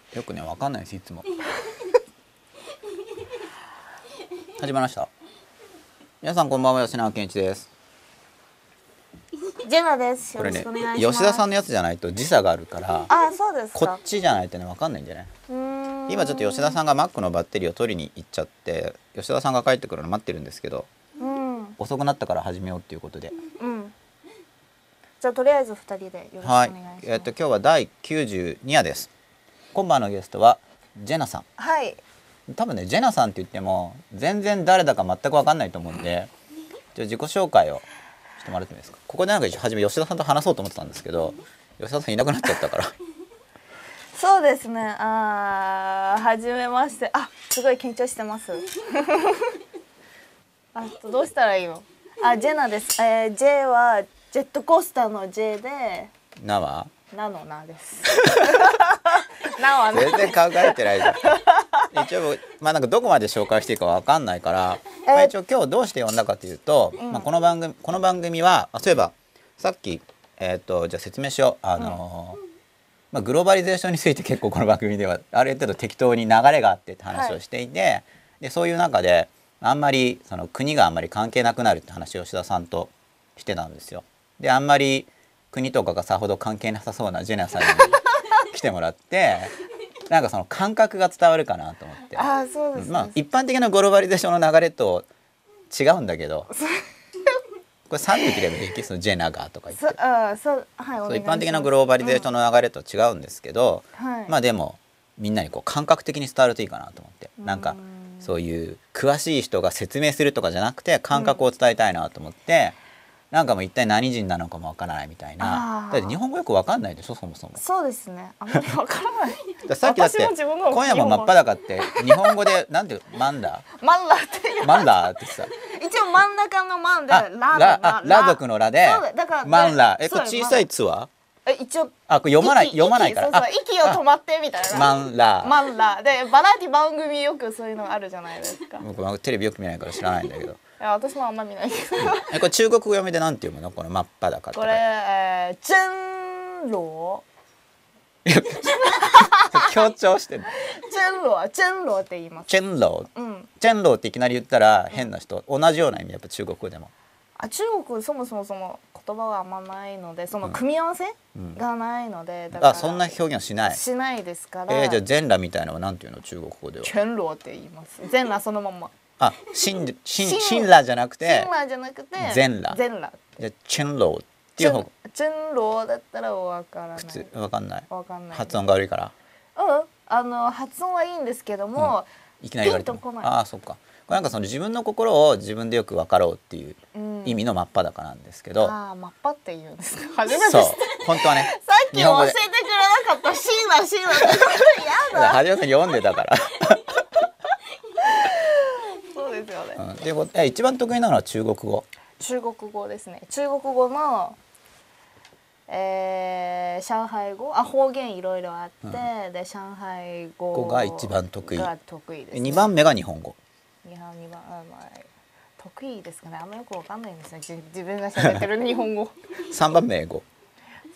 ですいつも始まりました皆さんこんばんは吉永健一ですジェナです。こよれろしねくお願いします。吉田さんのやつじゃないと時差があるからあ、そうですこかっ。ちじゃないってねわかんないんじゃない今今ちょっと吉田さんがマックのバッテリーを取りに行っちゃって吉田さんが帰ってくるの待ってるんですけどうん。うん。遅くなったから始めようっていうことでうん。じゃあとりあえず二人でよろしくお願いはいします。えっと今日は第92夜です今晩のゲストはジェナさんはい。多分ねジェナさんって言っても全然誰だか全く分かんないと思うんでじゃあ自己紹介をしてもらってもいいですかここでなんか初め吉田さんと話そうと思ってたんですけど吉田さんいなくなっちゃったから そうですね。あー、はじめまして。あ、すごい緊張してます。 あ、ちょっとどうしたらいいの？あ、ジェナです。えー、J はジェットコースターの J で、なはなのな です。なは全ね。然考えてないじゃん一応まあなんかどこまで紹介していいか分かんないから、まあ、え一応今日どうして呼んだかというと、まあ、この番組この番組はあそういえばさっきえっ、とじゃあ説明しようあのーまあ、グローバリゼーションについて結構この番組ではある程度適当に流れがあってって話をしていて、でそういう中であんまりその国があんまり関係なくなるって話を吉田さんとしてたんですよ。であんまり国とかがさほど関係なさそうなジェナさんに来てもらってなんかその感覚が伝わるかなと思って。あー、そうですね。まあ一般的なグローバリゼーションの流れと違うんだけどこれ3匹でも平気そのジェナがとか言ってそあそうはいおそ願うい一します般的なグローバリゼーションの流れと違うんですけど、うんはいまあでもみんなにこう感覚的に伝わるといいかなと思ってなんかうんそういう詳しい人が説明するとかじゃなくて感覚を伝えたいなと思って、なんかもう一体何人なのかもわからないみたいなあーだって日本語よくわかんないでしょそもそも。そうですねあんまりわから ないだからさっきだって私も自分の方が今夜も真っ裸って日本語でなんてマンダマンラっていうマンダってさ一応真ん中のマンであララあラ族のラでそうだだからマンラえこれそうだ小さい「つ」はえ一応あこれ読まない息読まないから息そうそう息を止まってみたいあなマンラマンラでバラエティ番組よくそういうのあるじゃないです かい僕はテレビよく見ないから知らないんだけどや私もあんま見ないですえこれ中国語読みでなんて読むのこの真っ裸ってこれ、えー、チェンロ 強調してるーチェンローチェンローって言いますチェンローうんチェンローっていきなり言ったら変な人同じような意味やっぱ中国語でもあ中国そもそもその言葉があんまないのでその組み合わせがないので、だからあそんな表現をしないしないですから、えー、じゃあ全裸みたいなのはなんていうの中国語では全裸って言います全裸そのまんまあ新新新新裸じゃなく全て裸じゃなくて全裸全裸じゃあチェンローっていう全方が全裸だったらわからない普通わかんないわかんない発音が悪いからうんあの発音はいいんですけども、いきなり言われてもピンとこないああそっかこれなんかその自分の心を自分でよく分かろうっていううん意味の真っ裸なんですけど、ああマッパって言うんですか初めて知っそうた本当はね さっき日教本語えでてくれなかったシーナ シーナってやだはじめさん読んでたから、そうですよね、うん、でもえ一番得意なのは中国語中国語ですね中国語の、えー、上海語あ方言いろいろあって、で上海語語が一番得意が得意です、二番目が日本語日本二番あまあ得意ですかねあんまよくわかんないんですねじ自分が喋ってる日本 語三番目英語、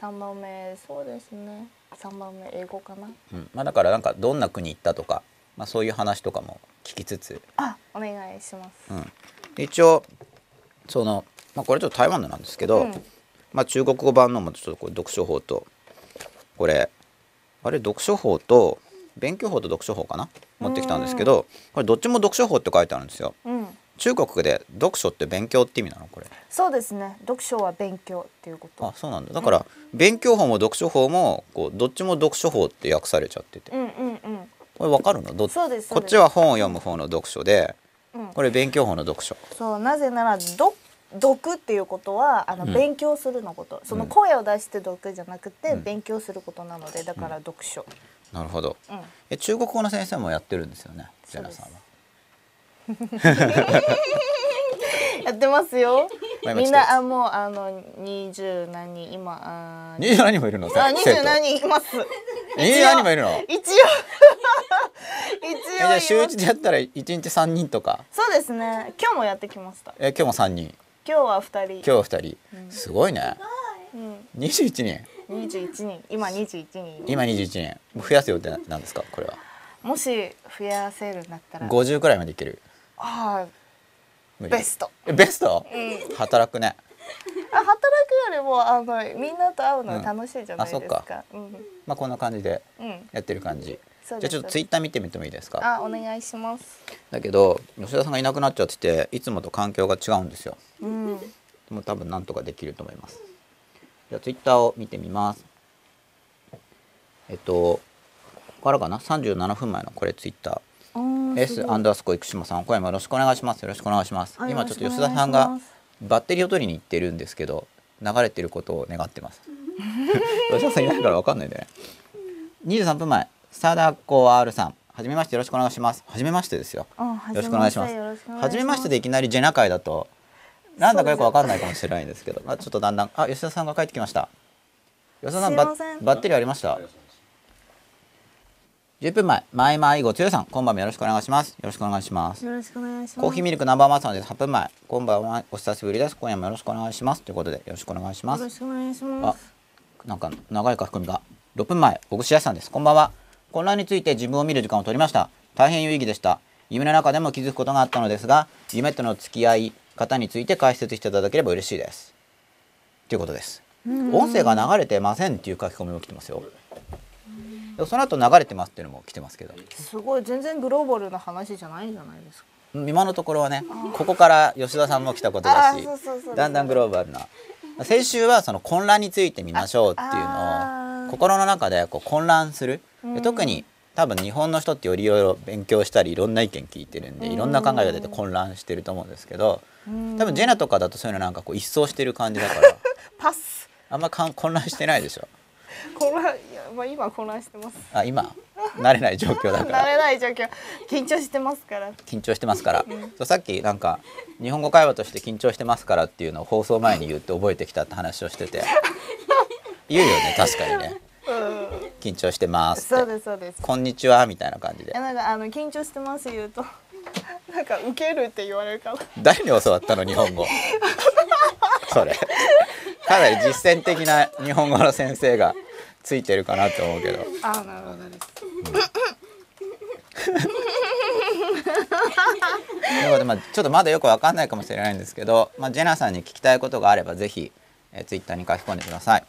三番目そうですね三番目英語かなうんまあ、だからなんかどんな国行ったとか、まあ、そういう話とかも聞きつつ、あお願いしますうん、一応その、まあ、これちょっと台湾のなんですけど、うんまあ、中国語版のもちょっとこれ読書法とこれあれ読書法と勉強法と読書法かな持ってきたんですけどこれどっちも読書法って書いてあるんですよ。うん中国で読書って勉強って意味なのこれそうですね読書は勉強っていうことあそうなんだだから勉強法も読書法もこうどっちも読書法って訳されちゃっててうんうんうんこれわかるのどっそうですそうこですっちは本を読む方の読書でうんこれ勉強法の読書そうなぜならど読っていうことはあの、ん勉強するのことその声を出して読じゃなくて、勉強することなのでだから読書、なるほどうんえ中国語の先生もやってるんですよねジェナさんはやってますよまあ今ちょっとみんなあもうあの二十何人今あー27人もいるのあ生二生十徒何人い ます27人もいるの 一応え一じ応ゃあい週ま一すでやったら1日3人とかそうですね今日もやってきましたえ今日も3人今日は二人今日は2人すごいねうん21人二十一人今二十一人今21人増やす予定なんですかこれはもし増やせるんだったら50くらいまでいけるああ無理ベスト、えベストうん、働くねあ働くよりもあのみんなと会うの楽しいじゃないですか、うん、うんまあこんな感じでやってる感じそうじでゃすあちょっとツイッター見てみてもいいですかあお願いしますだけど吉田さんがいなくなっちゃってていつもと環境が違うんですようんでも多分なんとかできると思いますじゃあツイッターを見てみますえっとここからかな37分前のこれツイッター S アンダースコア生島さん小山よろしくお願いしますよろしくお願いします今ちょっと吉田さんがバッテリーを取りに行ってるんですけど流れてることを願ってます 吉田さんいないからわかんないんだよね23分前貞子 R さんはじめましてよろしくお願いしますはじめましてですよよよろしくお願いします。はじめましてでいきなりジェナ会だと。なんだかよくわかんないかもしれないんですけど、まあちょっとだんだん、あ、吉田さんが帰ってきました。吉田さん、ばすいませんバッテリーありました。10分前、前々ごつよさん、今晩もよろしくお願いします。よろしくお願いします。よろしくお願いしますコーヒーミルクナンバーワンさんです。8分前、今晩はお久しぶりです。今夜もよろしくお願いします。ということで、よろしくお願いしまよすろ。しくお願いしあます、なんか長い書き込みが。6分前、小串屋さんです。こんばんは。混乱について自分を見る時間を取りました。大変有意義でした。夢の中でも気づくことがあったのですが、夢との付き合い方について解説していただければ嬉しいです。ということです。音声が流れてませんっていう書き込みも来てますよ。でもその後流れてますっていうのも来てますけど、すごい全然グローバルな話じゃないじゃないですかうん今のところはね、ここから吉田さんも来たことだしあーそうそうそう、だんだんグローバルな。先週はその混乱についてみましょうっていうああのをー心の中でこう混乱する、で特に多分日本の人ってよりいろいろ勉強したりいろんな意見聞いてるんでいろんな考えが出て混乱してると思うんですけど多分ジェナとかだとそういうのなんかこう一掃してる感じだからパスあんまかん混乱してないでしょ混乱いやまあ今混乱してますあ今慣れない状況だか慣られない状況緊張してますから緊張してますからそうさっきなんか日本語会話として緊張してますからっていうのを放送前に言って覚えてきたって話をしてて言うよね確かにねうん緊張してますそっうてですそうですこんにちはみたいな感じでえなんかあの緊張してます言うとなんかウケるって言われるから誰に教わったの日本語それかなり実践的な日本語の先生がついてるかなと思うけどあなるほどですということで、まあ、ちょっとまだよくわかんないかもしれないんですけど、まあ、ジェナさんに聞きたいことがあればぜひ、えー、ツイッターに書き込んでください、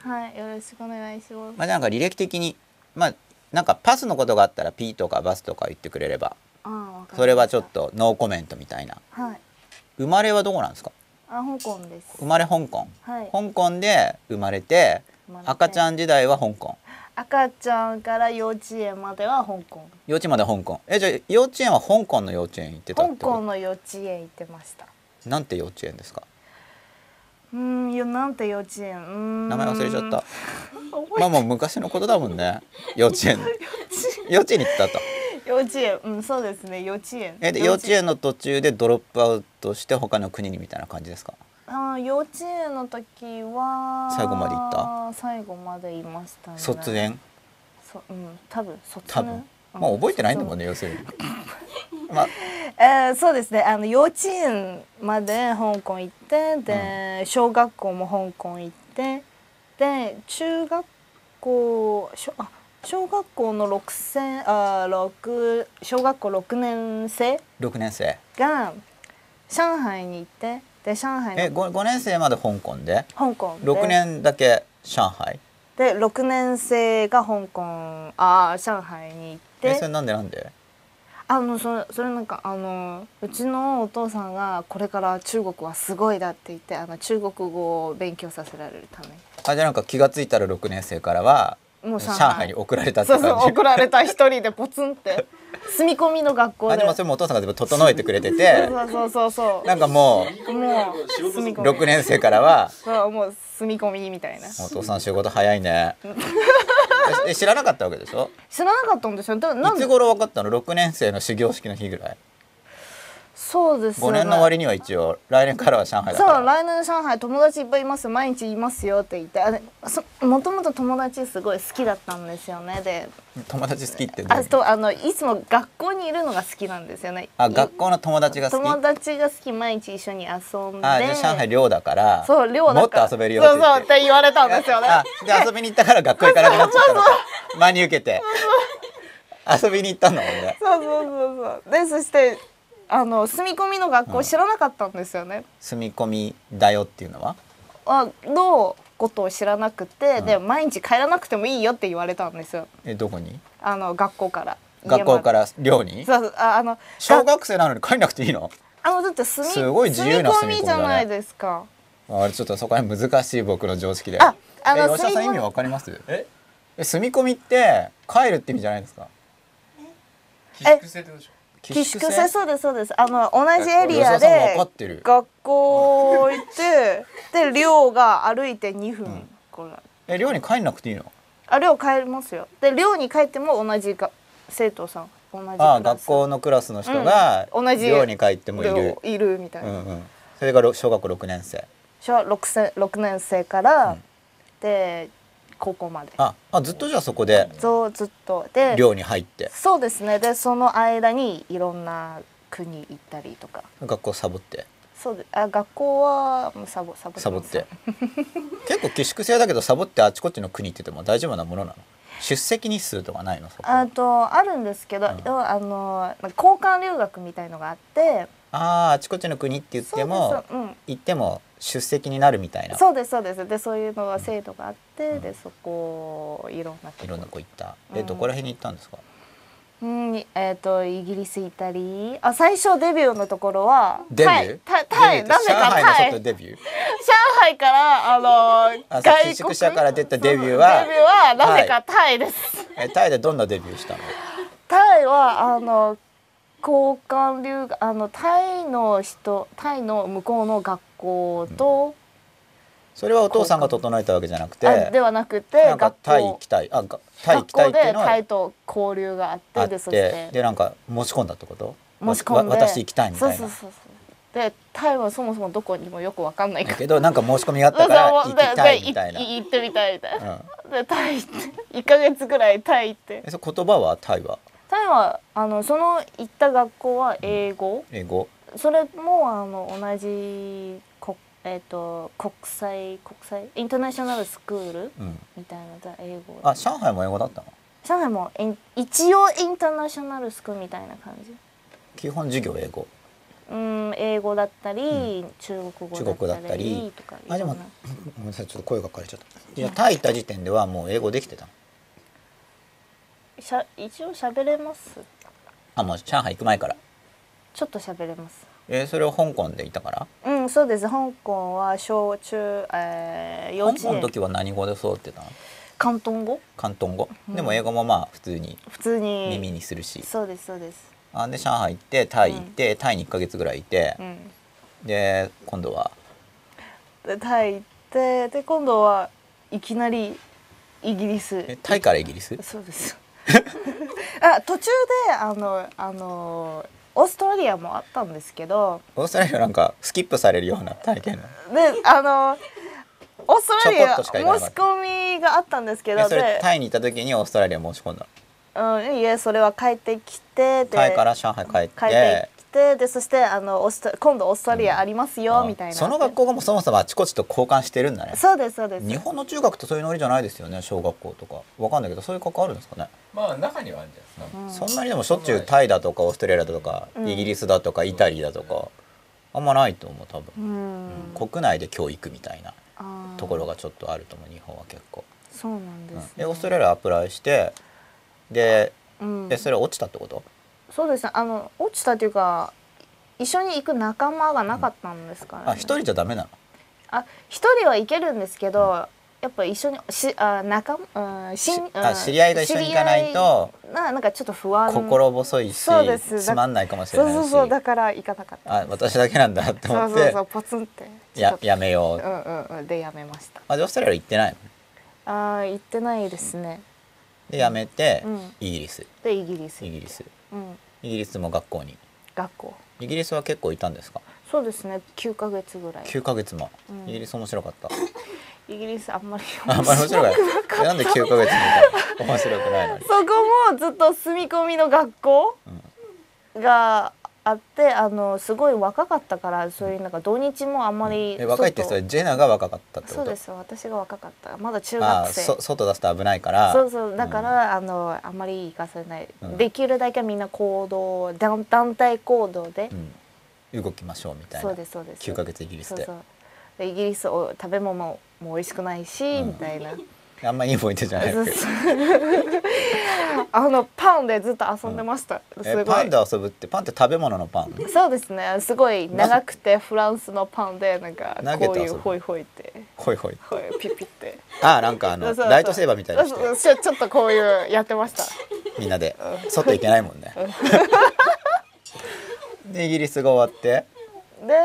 はいよろしくお願いしますまあ、なんか履歴的に、まあ、なんかパスのことがあったら P とかバスとか言ってくれればあーわかりましたそれはちょっとノーコメントみたいなはい生まれはどこなんですかあ香港です生まれ香港はい香港で生まれて生まれて赤ちゃん時代は香港赤ちゃんから幼稚園までは香港幼稚園まで香港えじゃあ幼稚園は香港の幼稚園行ってたって香こと港の幼稚園行ってましたなんて幼稚園ですかうーんいやなんて幼稚園うーん名前忘れちゃった覚えまあもう昔のことだもんね幼稚 園幼稚園に行ってたと幼稚園うんそうですね幼稚園えで幼稚園の途中でドロップアウトして他の国にみたいな感じですかあー幼稚園の時は最後まで行った最後までいましたね卒園そうん多分卒多園分まあ覚えてないんだもんね要するにまあえーそうですねあの幼稚園まで香港行ってで、小学校も香港行ってで中学校小あ小学校の六千あ六小学校六年生6年生が上海に行ってで上え海の 5, 5年生まで香港で香港で6年だけ上海で6年生が香港あー上海に行えっそれてなんでなんであのそれそれなんかあのうちのお父さんがこれから中国はすごいだって言ってあの中国語を勉強させられるためにあじゃあなんか気がついたら6年生からはも上う上海海に送られたってそ感うじそう送られた一人でポツンって住み込みの学校あででもそれもお父さんが全部整えてくれててそうそうそうそなんかもうもう住みう込み6年生からはそうもう住み込みみたいな「お父さん仕事早 いね」ええ知らなかったわけでしょ知らなかったんですよだなんいつ頃分かったの6年生の始業式の日ぐらいそうですよ5ね年の割には一応来年からは上海だそかうら来年上海友達いっぱいいます毎日いますよって言ってあれそもともと友達すごい好きだったんですよねで友達好きってどうあいうとあのいつも学校にいるのが好きなんですよねあ学校の友達が好き友達が好き毎日一緒に遊んであじゃあ上海寮だからそう寮だからもっと遊べるよそうそうっってて言われたんですよねあで遊びに行ったから学校行かなくなっちゃったのか真に受けて遊びに行ったんだもんねそうそうそうそうでそしてあの住み込みの学校知らなかったんですよね、住み込みだよっていうのはあのことを知らなくて、うんで毎日帰らなくてもいいよって言われたんですよえどこにあの学校から学校からら寮にそうそうああの小が学生なのに帰んなくていいのあのだって住みすごい自由な住み込みだねじゃないですかあれちょっとそこら辺難しい僕の常識でああのえ吉住田さんみ込み意味わかりますええ住み込みって帰るって意味じゃないんですか寄宿制ってことでしょ寄宿制そうですそうですあの同じエリア吉田さんで分かってる学校行って で寮が歩いて2分ぐらい、え寮に帰んなくていいのあ寮帰りますよで寮に帰っても同じが生徒さん同じクラスああ学校のクラスの人がうん同じ寮に帰ってもいる、いるみたいうな、んうん、それがろ小学校6年生小6生六年生から、うんで高校までああずっとじゃあそこでそうずっとで寮に入ってそうですねでその間にいろんな国行ったりとか学校サボってそうであ学校はもうサボサボサボ って結構寄宿制だけどサボってあちこちの国行ってても大丈夫なものなの出席日数とかないのそこあとあるんですけど、うん要はあのなんか交換留学みたいのがあってあーあちこちの国って言ってそうもですうん行っても出席になるみたいなそうですそうですでそういうのは制度があって、うんでそこいろんなとこいろんな子行ったうえんどこら辺に行ったんですかうんえっ、とイギリス行ったりあ最初デビューのところはデビュタイータイタイデビューってなぜか上海タのイ外上デビュー海からあのあそ外う寄国宿舎から出たデビューそうはデビューはなぜかタイです、えタイでどんなデビューしたのタイはあの交換留学あのタイの人タイの向こうの学校と、それはお父さんが整えたわけじゃなくてあではなくてなんか学タイ行校きたいあがタイ行学きたい校っていうでのはタイと交流があってあっでそしててでなんか申し込んだってこと申し込んでわ私行きたいみたいなそうそうそうそうでタイはそもそもどこにもよくわかんないかだらけどなんか申し込みがあったから行きたいみたいな、でで行ってみたいみたいな、うんでタイ行って1ヶ月ぐらいタイ行ってえそ言葉はタイはタイはあのその行った学校は英語、英語それもあの同じこえっ、と国際国際インターナショナルスクールうんみたいなので英語あ上海も英語だったの上海もイン一応インターナショナルスクールみたいな感じ基本授業英語うん英語だったり、中国語だったり中国だったりとかあでいもろんなごめんなさいちょっと声が枯れちゃったじゃあタイ行った時点ではもう英語できてたのしゃ一応喋れますあもう上海行く前からちょっと喋れますえーそれを香港でいたからうんそうです香港は小中、えー、幼香稚港の園時は何語で育ってたの広東語広東語、うんでも英語もまあ普通に普通に耳にするし、そうですそうですあで上海行ってタイ行って、タイに1ヶ月ぐらいいてう、んで今度はでタイ行ってで今度はいきなりイギリスえタイからイギリスそうです あ途中であのあのオーストラリアもあったんですけどオーストラリアなんかスキップされるような体験なのであのオーストラリちょアこっとしか申行かなしかった込みがあったんですけえどそれでタイに行った時にオーストラリア申し込んだのうん、いえそれは帰ってきてでタイから上海帰って帰ってきてでそしてあのオースト今度オーストラリアありますよ、みたいなその学校がもうそもそもあちこちと交換してるんだねそうですそうです日本の中学ってそういうノリじゃないですよね小学校とかわかんないけどそういう学校あるんですかね、まあ中にはあるんじゃないですか、そんなにでもしょっちゅうタイだとかオーストラリアだとか、うんイギリスだとかイタリアだとかあんまないと思う多分う、ん、国内で教育みたいなあーところがちょっとあると思う日本は結構、そうなんです、ねでオーストラリアアプライしてでうんでそれ落ちたってことそうですねあの落ちたというか一緒に行く仲間がなかったんですから、ねあ一人じゃダメなのあ一人は行けるんですけど、やっぱ一緒にしあ仲間うんししんあうん知り合いが一緒に行かないと知り合いななんかちょっと不安心細いしそうですつまんないかもしれそうないしそうそうだから行かなかったあ私だけなんだってそ思うっそうてそうポツンってややめよううんうんうんでやめましたあでオーストラリア行ってないのあー行ってないですねでやめて、うんイギリスでイギリスイギリスうんイギリスも学校に学校イギリスは結構いたんですかそうですね9ヶ月ぐらい9ヶ月も、うんイギリス面白かったイギリスあんまりあんまり面白くないえなんで9ヶ月もいたの面白くないのにそこもずっと住み込みの学校んがあってあのすごい若かったからそういうなんか土日もあんまり、え若いってそれジェナが若かったってこそとうです私が若かったまだ中ああ学生そ外出すと危ないからそうそうだから、あのあんまり行かせない、うんできるだけみんな行動団団体行動で、うん、うん動きましょうみたいなそうですそうです9ヶ月イギリスそうでそうでイギリスお食べ物ももう美味しくないし、うんみたいなあんまいいポイントじゃないそうけどそう あのパンでずっと遊んでました、すごえいパンで遊ぶってパンって食べ物のパンそうですねすごい長くてフランスのパンでなんか投げこうてい遊うぶホイホイってほいほいホイピッピってああなんかあそのうそうライトセーバーみたいにしてそうそうちょちょっとこういうやってましたみんなで外行けないもんね でイギリスが終わってで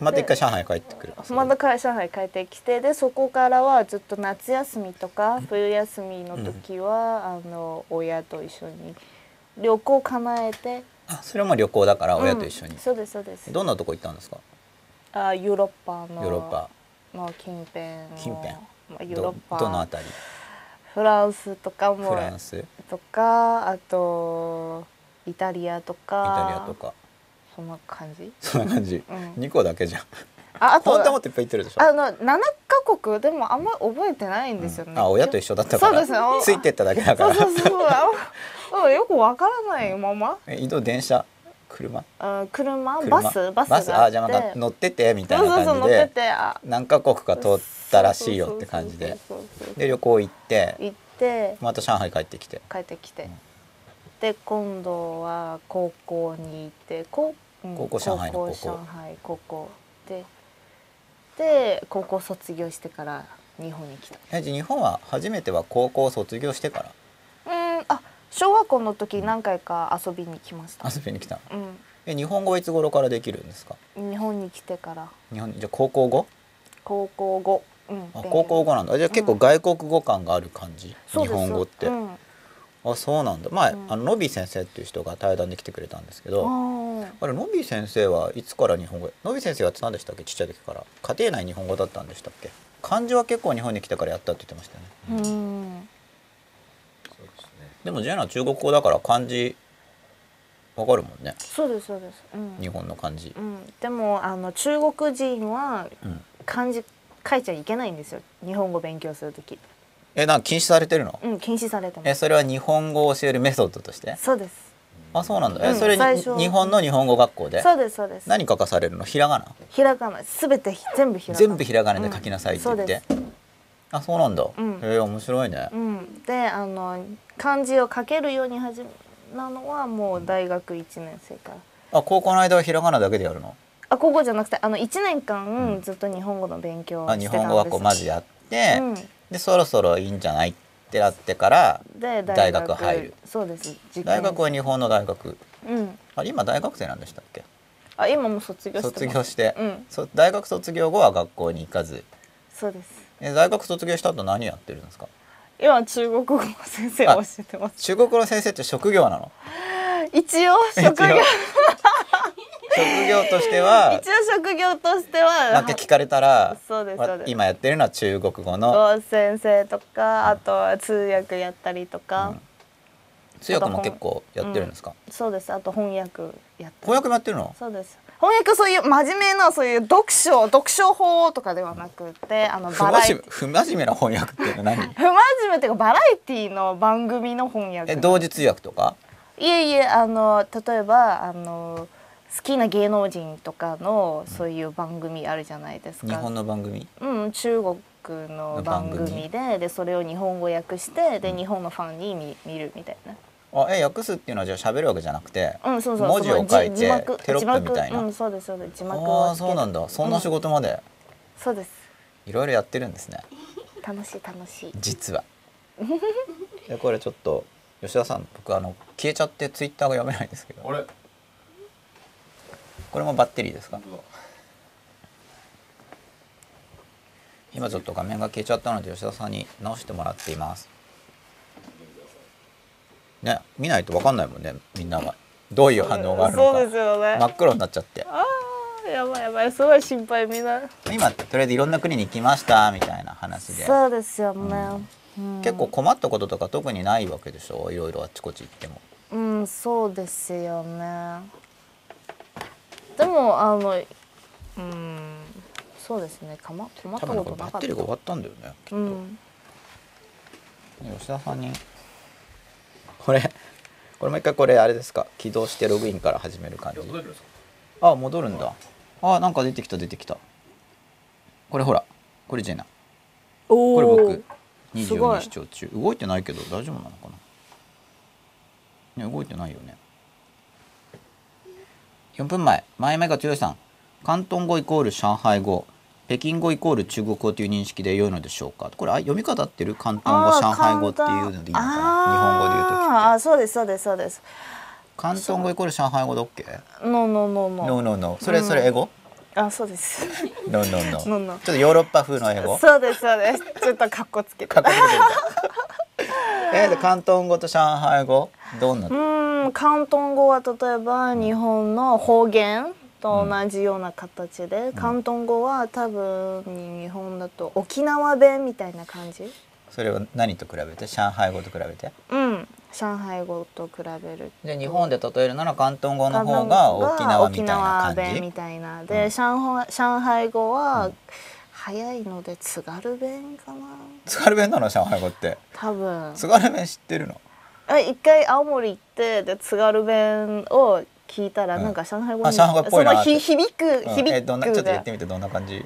また一回上海帰ってくるまだ会上海帰ってきてでそこからはずっと夏休みとか冬休みの時は、あの親と一緒に旅行叶えてあそれはもう旅行だから親と一緒にうん、そうですそうですどんなとこ行ったんですかあヨーロッパのヨーロッパの近辺の近辺まあ、ヨーロどッどのあパたりフランスとかもフランスイとかあとイタリアとかタリアとかそんな感じそんな感じ、うん二2個だけじゃんああと本当はもっといっぱい行ってるでしょあの7カ国でもあんまり覚えてないんですよね、あ親と一緒だったかそうらですよついてっただけだかそうらそうそうあのうんよくわからないまま、え移動電車車うん、車車バスバスがあっバてスあじゃあなんか乗っててみたいそうそなうそう感乗じってでてあ何カ国か通ったらしいよって感じでそうそうそうそうで旅行行って行ってまた上海帰ってきて帰ってきて、で今度は高校に行って高,うん、高校上海の高校上海高校でで高校卒業してから日本に来たえじゃあ日本は初めては高校を卒業してからうんあ小学校の時何回か遊びに来ました遊びに来たのうんえ日本語はいつ頃からできるんですか日本に来てから日本じゃあ高校語高校後、うん、あ勉高校語なんだじゃあ結構外国語感がある感じ、そう日です本語って、うん、ああそうなんだ前、うんあのノビー先生っていう人が対談で来てくれたんですけど、ーあれのび先生はいつから日本語のび先生は何でしたっけちっちゃい時から家庭内日本語だったんでしたっけ漢字は結構日本に来てからやったって言ってましたうよねんそうですねでもジェナは中国語だから漢字わかるもんねそうですそうですうん日本の漢字うん、でもあの中国人はうん漢字書いちゃいけないんですよ日本語勉強する時えなんか禁止されてるのうん禁止されてまえすそれは日本語を教えるメソッドとしてそうですあそうなんだうえんそれに最初日本の日本語学校でそうですそうです何書かされるのひらがなひらがなすべてひ全部ひらがな全部ひらがなで書きなさいって言って、うんそうであそうなんだ、んえ面白いね、す、うん、であの漢字を書けるように始めなのはもう大学一年生からあ高校の間はひらがなだけでやるのあ高校じゃなくてあの一年間ずっと日本語の勉強をしてたあんで日す本語学校まずやって、うんでそろそろいいんじゃないってなってからで大学入るそうです受験大学は日本の大学うんあ今大学生なんでしたっけあ今もう卒業してます卒業して、うんそ大学卒業後は学校に行かずそうですえ大学卒業した後何やってるんですか今中国語の先生を教えてます中国語の先生って職業なの一応職業一応職業としては 一応職業としてはなんか聞かれたらそうですそうです今やってるのは中国語のは先生とかあとは通訳やったりとか、通訳も結構やってるんですか、そうですあと翻訳やったり翻訳もやってるのそうです翻訳そういう真面目なそういう読書読書法とかではなくてあの不バラエテ真面ィ目不真面目な翻訳っていうのは 何不真面目っていうかバラエティの番組の翻訳え同時通訳とかいえいえあの例えばあの好きな芸能人とかのそういう番組あるじゃないですか。日本の番組うん、中国の番組ででそれを日本語訳してで日本のファンに見見るみたいな。あえ訳すっていうのはじゃあ喋るわけじゃなくて、うん、そうそう文字をその書い字字て幕テロップみたい字幕う、、なんそうですそうです字幕あをあつけそうなんだそんな仕う事までそうですいろいろやってるんですね楽しい楽しい実 はいやこれちょっと吉田さん僕あの消えちゃってツイッターが読めないんですけどあれこれもバッテリーですか本当だ今ちょっと画面が消えちゃったので吉田さんに直してもらっていますね見ないとわかんないもんねみんなはどういう反応があるのそうですかよね真っ黒になっちゃってああやばいやばいすごい心配みんな今とりあえずいろんな国に行きましたみたいな話でそうですよねうん結構困ったこととか特にないわけでしょいろいろあっちこっち行ってもうんそうですよねでもあのうんそうですねかま困った多分こことれバなッかっテリーが終たわったんだよねきっと、うん吉田さんにこれこれもう一回これあれですか起動してログインから始める感じや、どうやってるんですかあ戻るんだあなんか出てきた出てきたこれほらこれジェナおこれ僕すご24い視聴中動いてないけど大丈夫なのかな、ね、動いてないよね4分前前々が剛さん広東語イコール上海語北京語イコール中国語という認識で良いのでしょうかこれあ読み方合ってる広東語上海語っていうのでいいのかな日本語で言うときってあー簡単あーそうですそうですそうです広東語イコール上海語で OK? ノーノーノー No ノー no no それそれ英語、あそうです No no no ちょ No, no. っとヨーロッパ風の英語そうですそうですちょっとカッコつけてかっこつけてみた えで広東語と上海語どんなうーん広東語は例えば日本の方言と同じような形で、広東語は多分日本だと沖縄弁みたいな感じそれは何と比べて上海語と比べてうん上海語と比べるで日本で例えるなら広東と語の方が沖縄み沖たい縄な感弁みじたいなで、上海上海語は、早いので津軽弁かな津軽弁なの上海語って多分津軽弁知ってるのあ一回青森行ってで津軽弁を聞いたら、うんなんか上海語あ上海語っぽいなそのってひ響くうん響くで、えどんなちょっと言ってみてどんな感じ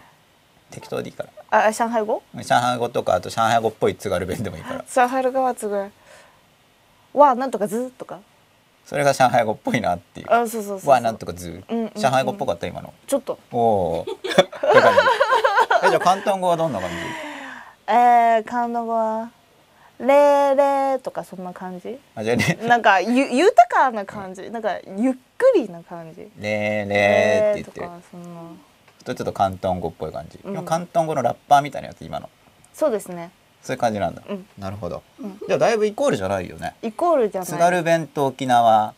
適当でいいからあ上海語上海語とかあと上海語っぽい津軽弁でもいいから上海語はすごいわなんとかずとかそれが上海語っぽいなっていうあそうそうそうそうはなんとかずうんうんうん上海語っぽかった今のちょっとおおこういう感じえじゃあ広東語はどんな感じえー、韓国語は「れれ」とかそんな感じあじゃあねなんかゆ豊かな感じなんかゆっくりな感じねー「ねーって言ってとるかそんなちょっと広東語っぽい感じ、うんでも広東語のラッパーみたいなやつ今のそうですねそういう感じなんだ、うんなるほど、じゃあだいぶイコールじゃないよねイコールじゃない津軽弁と沖縄っ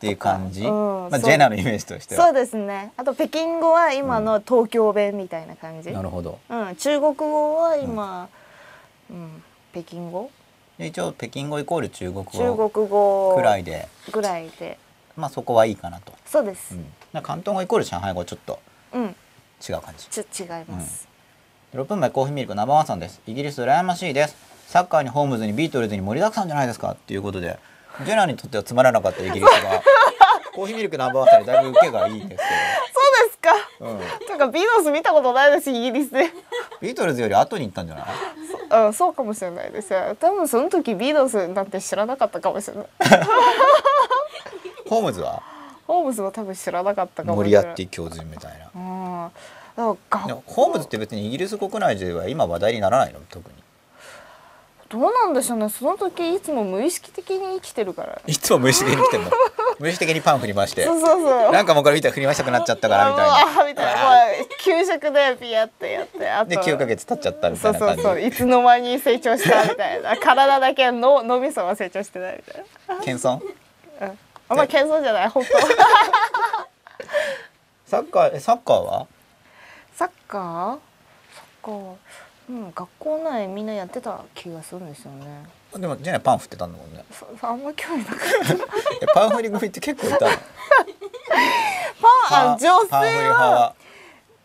ていう感じ、とかうんまあ、そジうェナのイメージとしてはそうですねあと北京語は今の東京弁みたいな感じ、うなんるほど中国語は今、うん、北京語で一応北京語イコール中国語中国語くらいでぐらいでまあそこはいいかなと、そうでうすん、だから広東語イコール上海語ちょっとうん、違う感じちょっと違います、 6分前コーヒーミルク生ワンさんですイギリス羨ましいですサッカーにホームズにビートルズに盛りだくさんじゃないですかっていうことでジェナにとってはつまらなかったイギリスがコーヒーミルク生ワンさんにだいぶ受けがいいんですそうですか けど、うん、とかビーノス見たことないですイギリスでビートルズより後に行ったんじゃないうんそうかもしれないですよ多分その時ビーノスなんて知らなかったかもしれないホームズはホームズも多分知らなかったかもしモれリなアいッティ教授みたいなうんだから学でもホームズって別にイギリス国内では今話題にならないの特にどうなんでしょうねその時いつも無意識的に生きてるからいつも無意識に来ても 無意識的にパン振り回してそうそうそうなんかもうこれ見たら振り回したくなっちゃったからみあたもうあみたいなもう給食でピヤってやってあといなで9ヶ月経っちゃったみたそいうなそ感うじそういつの間に成長したみたいな体だけの脳みそは成長してないみたい謙遜な、うん、あんま謙遜じゃない本当サッカーえサッカーはサッカーサッカーうん学校内みんなやってた気がするんですよねでもジェネパン振ってたんだもんねそそあんま興味なかっえパン振り組って結構いたのた あ女性パン振り派はは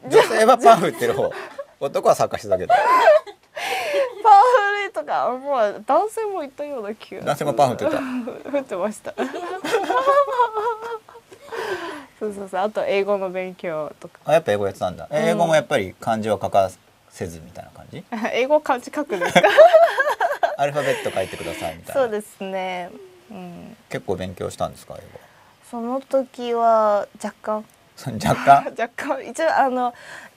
女性はパン振ってる方男はサッカーしてたけどパンフリとかもう男性もいたような気が男性もパン振ってた降ってましたそうそうそうあと英語の勉強とかあやっぱ英語やってたんだ、え英語もやっぱり漢字は書かせずみたいな感じ英語漢字書くん ですかアルファベット書いてくださいみたいなそうですねうん結構勉強したんですか英語その時は若干 その若干若干一応あの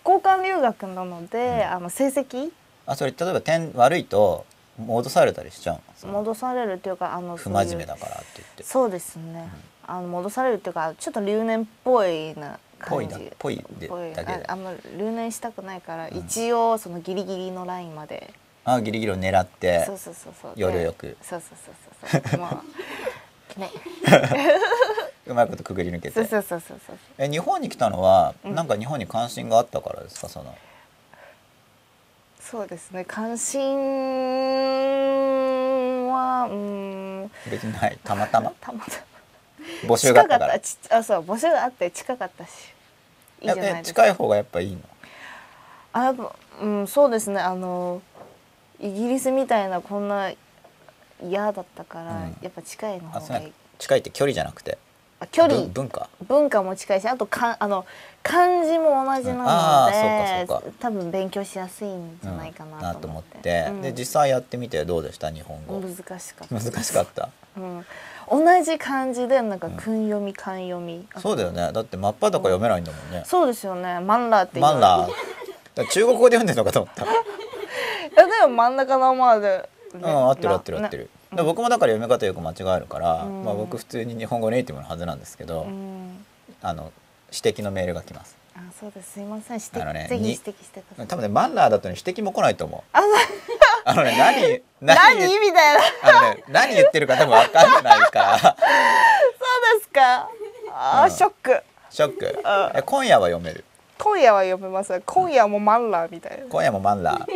交換留学なので、あの成績あそれ例えば点悪いと戻されたりしちゃうのその戻されるというかあの不そういう真面目だからって言ってそうですね、あの戻されるというかちょっと留年っぽいなぽい感だじぽいでだけでああんま留年したくないから、一応そのギリギリのラインまであギリギリを狙ってそうそうそうそう。要領よでくそうそうそうそうそう。もう ね。うまいことくぐり抜けそうてそうそうそうそう。え日本に来たのは、うんなんか日本に関心があったからですかそのそうですね。関心はうーん 別にないたまたまたまたま募集があ近かっったからた。ちあそう募集があって近かったし。いいじゃないえですか近い方がやっぱいいのあやっぱうんそうですねあのイギリスみたいなこんな嫌だったから、うんやっぱ近いのあ方そうがないいの近いって距離じゃなくてあ距離ぶ文化文化も近いしあとかあの漢字も同じなので、うんあーそうかそう多分勉強しやすいんじゃないかうんななとと思思っって,、て、で実際やってみてどうでした日本う語ん難しかった難しかったうん、同じ漢字でなんか訓読み漢読み、あそうだよねだって真っ裸読めないんだもんねそうですよねマンラーっていうマンラーだから中国語で読んでるのか と思ったいやでも真ん中のまで、ね、うん、合ってる合ってる合なってる。だから僕もだから読み方よく間違えるから、うんまあ僕普通に日本語ネイティブのはずなんですけど、うんあの指摘のメールが来ます。あそうですすいません指あの摘、ねぜひに指摘してくださ多い分ねマンラーだとね指摘も来ないと思う。あ のね何何何みたいなそあのね何言ってるか多分わかんないから うですかあー、うんショックショック。え今夜は読める。今夜は読めます今夜もマンラーみたいな今夜もマン ラー。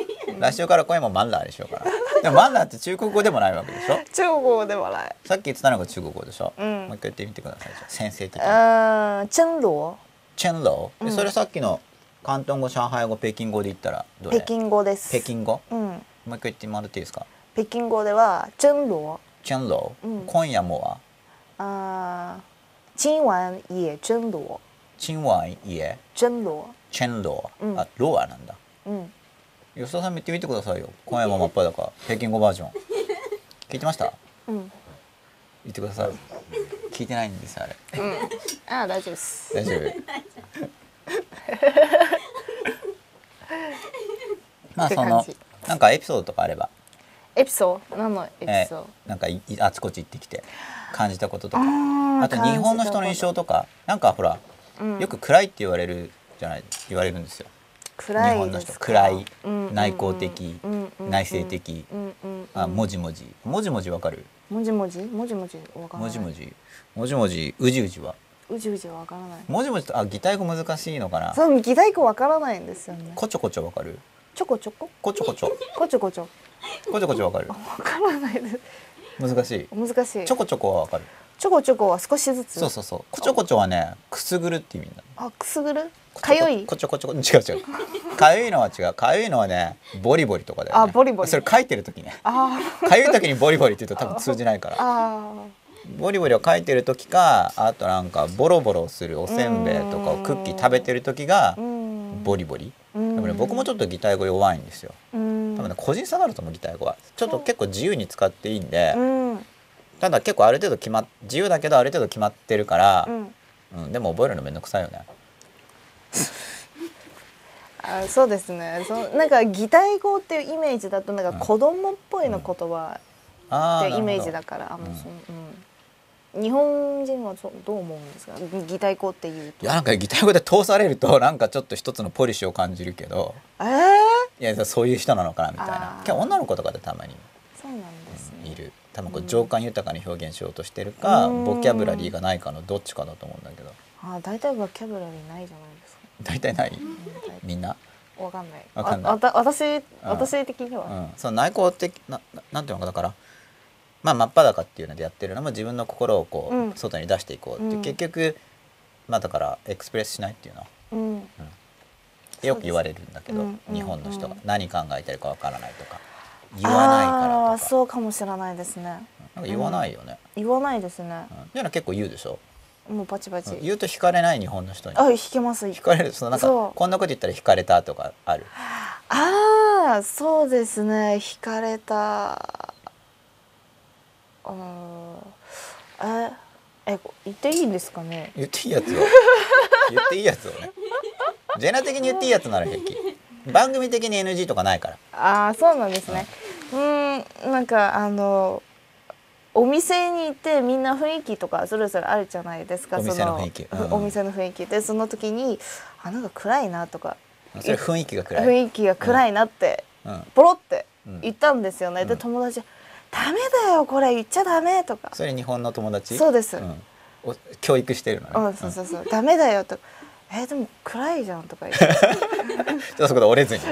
来週から今夜もマンラーにしようかな。でもマンラーって中国語でもないわけでしょ。中国語でもないさっき言ってたのが中国語でしょ。うんもう一回言ってみてください。じゃあ先生的うに。ーん真罗チェンロー、でうんそれさっきの広東語上海語北京語で言ったらどれ北京語です北京語うんもう一回言ってもらっていいですか北京語では真罗チェンロー、うん今夜もはあー今晚也真罗今晚也真罗チェンロー、うんあローアなんだうん吉田さんも言ってみてくださいよ今夜も真っ裸北京語バージョン聞いてました うん言ってください聞いてないんですあれあー大丈夫です大丈 夫まあそっのて感なんかエピソードとかあればエピソード何のエピえソード、ーなんかいあちこち行ってきて感じたこととかあーあと日本の人の印象とかなんかほら、うんよく暗いって言われるじゃない言われるんですよ暗日い本ので人すか暗い、うん内向的、うんうんうん内省的、うんうんうんあもじもじもじもじわかるもじもじもじもじわからないもじもじもじもじうじうじはうじうじわからないもじもじとあ擬態語難しいのかなそう右太鼓わからないんですよねこちょこちょわかるちょこちょここちょこちょこちょこちょこちょこちょわかるわからないです難しい難しいちょこちょこはわかるちょこちょこは少しずつそうそうそうこちょこちょはねくすぐるって意味なんだあくすぐるこかちょゆこいこちょこちょこ違う違うかゆいのは違うかゆいのはねボリボリとかだよ、ね、あボリボリそれ書いてる時ねあーかゆい時にボリボリって言うと多分通じないからあボリボリを書いてる時かあとなんかボロボロするおせんべいとかうんクッキー食べてる時がーうんボリボリうでんもね僕もちょっと擬態語弱いんですようん多分ね個人差があると思う擬態語はちょっと結構自由に使っていいんでうんただ結構ある程度決まっ自由だけどある程度決まってるからう、んうん、でも覚えるのめんどくさいよねあそうですねそのなんか擬態語っていうイメージだとなんか子供っぽいの言葉あっーてなるほイどメージだからあの、うんそのうん、日本人はそうどう思うんですか擬態語っていういとやなんか擬態語で通されるとなんかちょっと一つのポリシーを感じるけどえー、いやそういう人なのかなみたいなあー結構女の子とかでたまにそうなんですねいる多分こう情感豊かに表現しようとしてるか、うんボキャブラリーがないかのどっちかだと思うんだけどあ大体ボキャブラリーないじゃないですか大体ない大体みんな、わかんないわかんないあわた私私的にうは、ん、その内向的なななんていうのかだからまあ真っ裸っていうのでやってるのも自分の心をこう、うん外に出していこうっていう、うん結局まあだからエクスプレスしないっていうのはうんよく言われるんだけど、そうですねうん日本の人がうん何考えてるかわからないとか言わないあからーとかそうかもしれないですねなんか言わないよね。言わないですねうん、っていうのは結構言うでしょ。もうバチバチ、言うと惹かれない日本の人に。あ弾けます惹かれるそのなんかそうこんなこと言ったら惹かれたとかある。ああそうですね惹かれたうーんええ言っていいんですかね言っていいやつを言っていいやつを ね。ジェナ的に言っていいやつなら平気。番組的に NG とかないから。ああそうなんですねうーんなんかあのお店に行ってみんな雰囲気とかそれぞれあるじゃないですかお店の雰囲気そのうんお店の雰囲気でその時にあなんか暗いなとかそれ雰囲気が暗い。雰囲気が暗いなって、うん。ボロってうん言ったんですよね、うでん友達「ダメだよこれ言っちゃダメ」とかそれ日本の友達。そうですんお教育してるのね。うん、そううんそうそう、ダメだよとか。えーでも暗いじゃんとか言って。ちょっとそこで折れずに。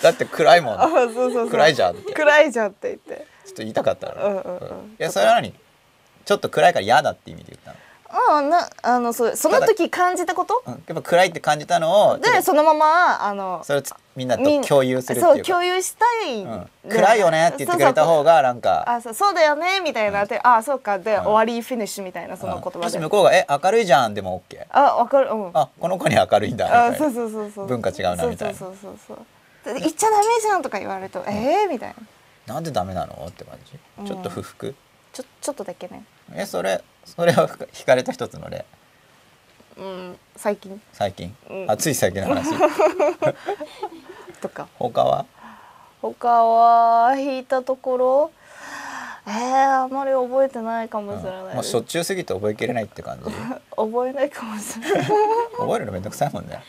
だって 暗いもん。ちあ、ょっそうそうそう。暗いじゃんって暗いじゃんって言って。と言いたかったの。うんうんうんいやそれは何？ちょっと暗いから嫌だって意味で言ったの。あなあのそうその時感じたことうんやっぱ暗いって感じたのをちょっでとそのままあのそれをつみんなみとん共有するってそいううか共有したい、うん暗いよねって言ってくれたが方がなんかあそうそうだよねみたいなで、あそうかで、ん終わりフィニッシュみたいなそのうん言も葉しで、向こうが「え明るいじゃん」でも OK あわかるうんあこの子には明るいんだみたいあなそうそうそうそう文化違うなみたいなそうそうそうそうで言っちゃダメじゃんとか言われると、えーみたいななんでダメなのって感じ、うんちょっと不服ちょちょっとだけねえそれそれは惹かれた一つの例うん最近最近、うんあつい最近の 話とか他は他は引いたところえー、あまり覚えてないかもしれうなんいもうでしす、ょっちゅうすぎて覚えきれないって感じ覚えないかもしれ ない覚えるのめんどくさいもんね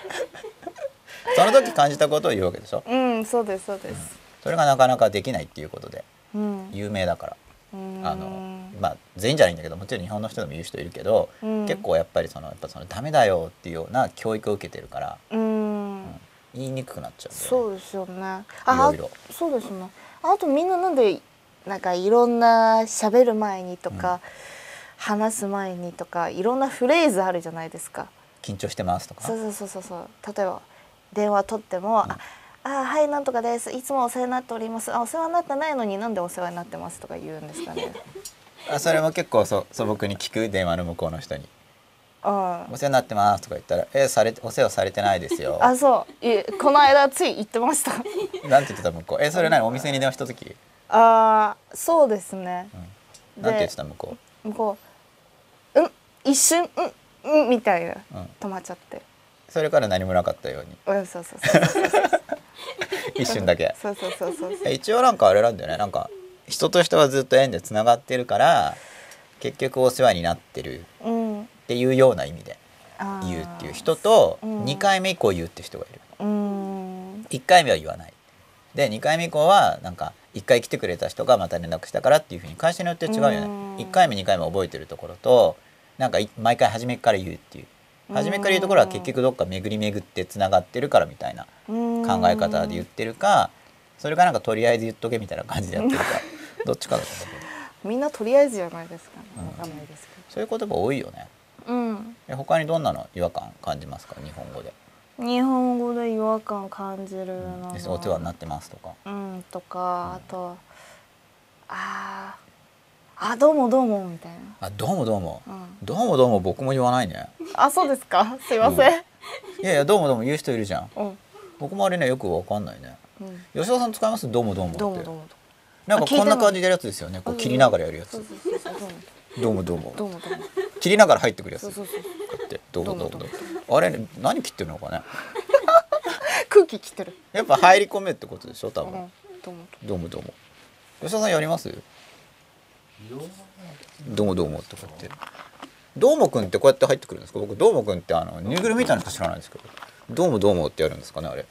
その時感じたことを言うわけでしょうんそうですそうですそれがなかなかできないっていうことでうん有名だからうんあのまあ全員じゃないんだけどもちろん日本の人でも言う人いるけど、うん結構やっぱりそのやっぱそのダメだよっていうような教育を受けてるからうん、言いにくくなっちゃうんだよねそうですよね。いろいろあそうですね。あとみんななんでなんかいろんな喋る前にとか、うん話す前にとかいろんなフレーズあるじゃないですか。緊張してますとかそうそうそうそうそう。例えば電話取っても、ああはいなんとかです。いつもお世話になっております。あお世話になってないのになんでお世話になってますとか言うんです かね。あそれも結構そう素朴に聞く電話の向こうの人にうん「お。世話になってます」とか言ったら「えされてお世話されてないですよあそういこの間つい言ってました。」なんて言ってた向こう「えそれ何お店に電話した時、あーそうですね。うん、でなんて言ってた向ここう「うん一瞬うんうん」みたいなう、うん、止まっちゃってそれから何もなかったようにうんそうそうそうそう一瞬だけそうそうそうそうえ一応なんかあれなんだよねなんか人と人はずっと縁でつながってるから結局お世話になってるうんっていうような意味であー言うっていう人とうん2回目以降言うって人がいるうん1回目は言わないで2回目以降はなんか1回来てくれた人がまた連絡したからっていうふうに会社によって違うよねうん1回目2回目覚えてるところとなんかい毎回初めから言うっていう初めから言うところは結局どっか巡り巡ってつながってるからみたいな考考え方で言ってるかそれかなんかとりあえず言っとけみたいな感じでやって るかどっちかだと思うけどみんなとりあえずじゃないですかねうんわかんないですけそういう言葉多いよねどうんえ他にどんなの違和感感じますか日本語で日本語で違和感感じるなでお世話になってますとかうんとかあとあーあどうもどうもみたい あどうもどうもなうんどうもどうも僕も言わないねあそうですかすいませんいやいやどうもどうも言う人いるじゃんうん僕もあれねよくわかんないねうん吉田さん使いますどうもどうもってどうもどうも となんかあ聞いてもこんな感じでやるやつですよねこう切りながらやるやそうつそうそうそうどうもどうどもうもどうも切りながら入ってくるやつそうそうそうってどうもどうもどうもあれ何切ってるのかね空気切ってる。やっぱ入り込めってことでしょ多うん、どう分もどうも。どうもどうも吉田さんやりますどうもどうもとか言ってどうもくんってこうやって入ってくるんですか僕どうもくんってあのぬいぐるみみたいなのしか知らないんですけどどうもどうもってやるんですかねあれ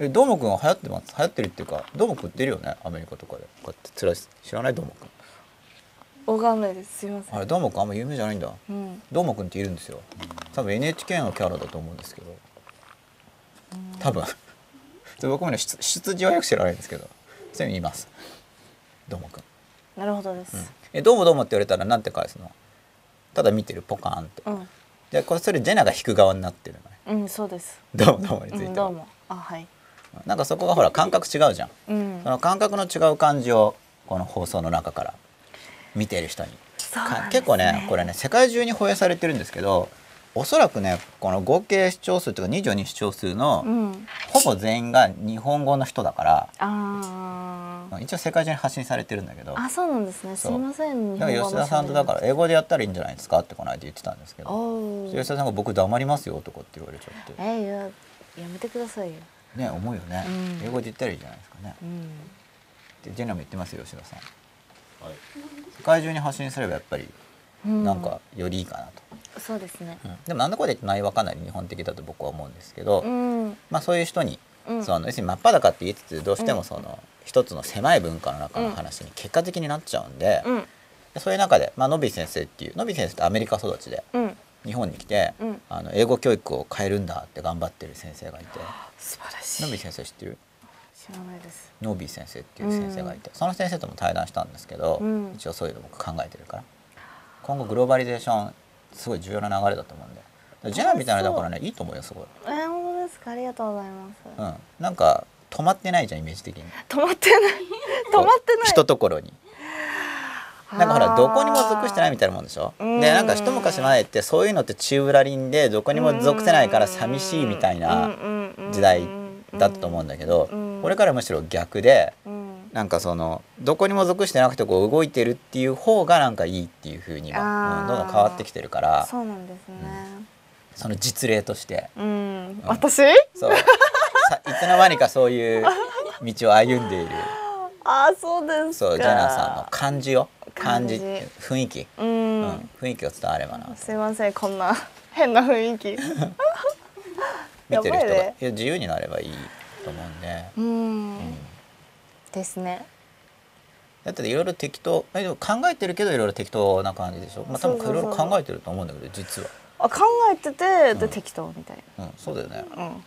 えどうもくんは流行ってます流行ってるっていうかどうもくんってるよねアメリカとかでこうやってつらい知らないどうもくんわかんないです。すみませあん。れどうもくんあんま有名じゃないんだうん。どうもくんっているんですよ多分 NHK のキャラだと思うんですけど多分そう僕もね出出自はよく知らないんですけどそういうの言いますどうもくんなるほどです。えどうもどうもって言われたらなんて返すのただ見てるポカーンってうん。でこれそれジェナが引く側になってるのねうん、そうです。どうもどうもにつういては、ん、どうも。あ、はい。なんかそこがほら感覚違うじゃんうんそ。の感覚の違う感じをこの放送の中から見ている人に、そうなんですねか結構ねこれね世界中に放映されてるんですけどおそらくねこの合計視聴数というか22視聴数の、うん。ほぼ全員が日本語の人だかあーら一応世界中に発信されてるんだけどあ。そうなんですね。すそうみません。。だから吉田さんとだからら英語でやったらいいんじゃないですかってこの間言ってたんですけどおお。吉田さんが「僕黙りますよ」とかって言われちゃっえてー、いや、やめてくださいよ。ね思うよね、うん英語で言ったらいいじゃないですかねうん。でジェナも言ってますよ吉田さんはい。世界中に発信すればやっぱりうんなんか。よりいいかなと、そうですね。うんでもなんだかんだ言って内容はかなり日本的だと僕は思うんですけど、うん。うん。まあそういう人に、うんその要するに真っ裸って言いつつどうしてもその一つの狭い文化の中の話に結果的になっちゃうんで、でそういう中で、まあ、ノビー先生っていうノビー先生ってアメリカ育ちでうん。日本に来て、うんあの英語教育を変えるんだって頑張ってる先生がいて素晴らしノビーい。先生知ってる知らないです。ノビー先生っていう先生がいて、その先生とも対談したんですけど、うん一応そういうの僕考えてるから今後グローバリゼーションすごい重要な流れだと思うんでだからジェナみたいなだからねいいと思うよすごい、えー、本当ですかありがとうございます、うん、なんか止まってないじゃんイメージ的に止まってない止まってないひとところになんかほらどこにも属してないみたいたいなもんでしょでうんなんか一昔前ってそういうのって宙ぶらりんでどこにも属せないから寂しいみたいな時代だったと思うんだけどうんこれからむしろ逆でうんなんかそのどこにも属してなくてこう動いてるっていう方がなんかいいっていう風にあは、ーうんどんどん変わってきてるからそうなんですねその実例としてうん、私そう さいつの間にかそういう道を歩んでいるあーそうですかそうジェナさんの感じよ感感じじ雰囲気、う、うんん、雰囲気が伝わればなすいませんこんな変な雰囲気見てる人やばがいいねや自由になればいいと思うんで、うん、うん、ですねだっていろいろ適当えでも考えてるけどいろいろ適当な感じでしょ、まあ、多分いそうそうろそいうろ考えてると思うんだけど実は、あ考えててで適当みたいうん、そうだよねなうん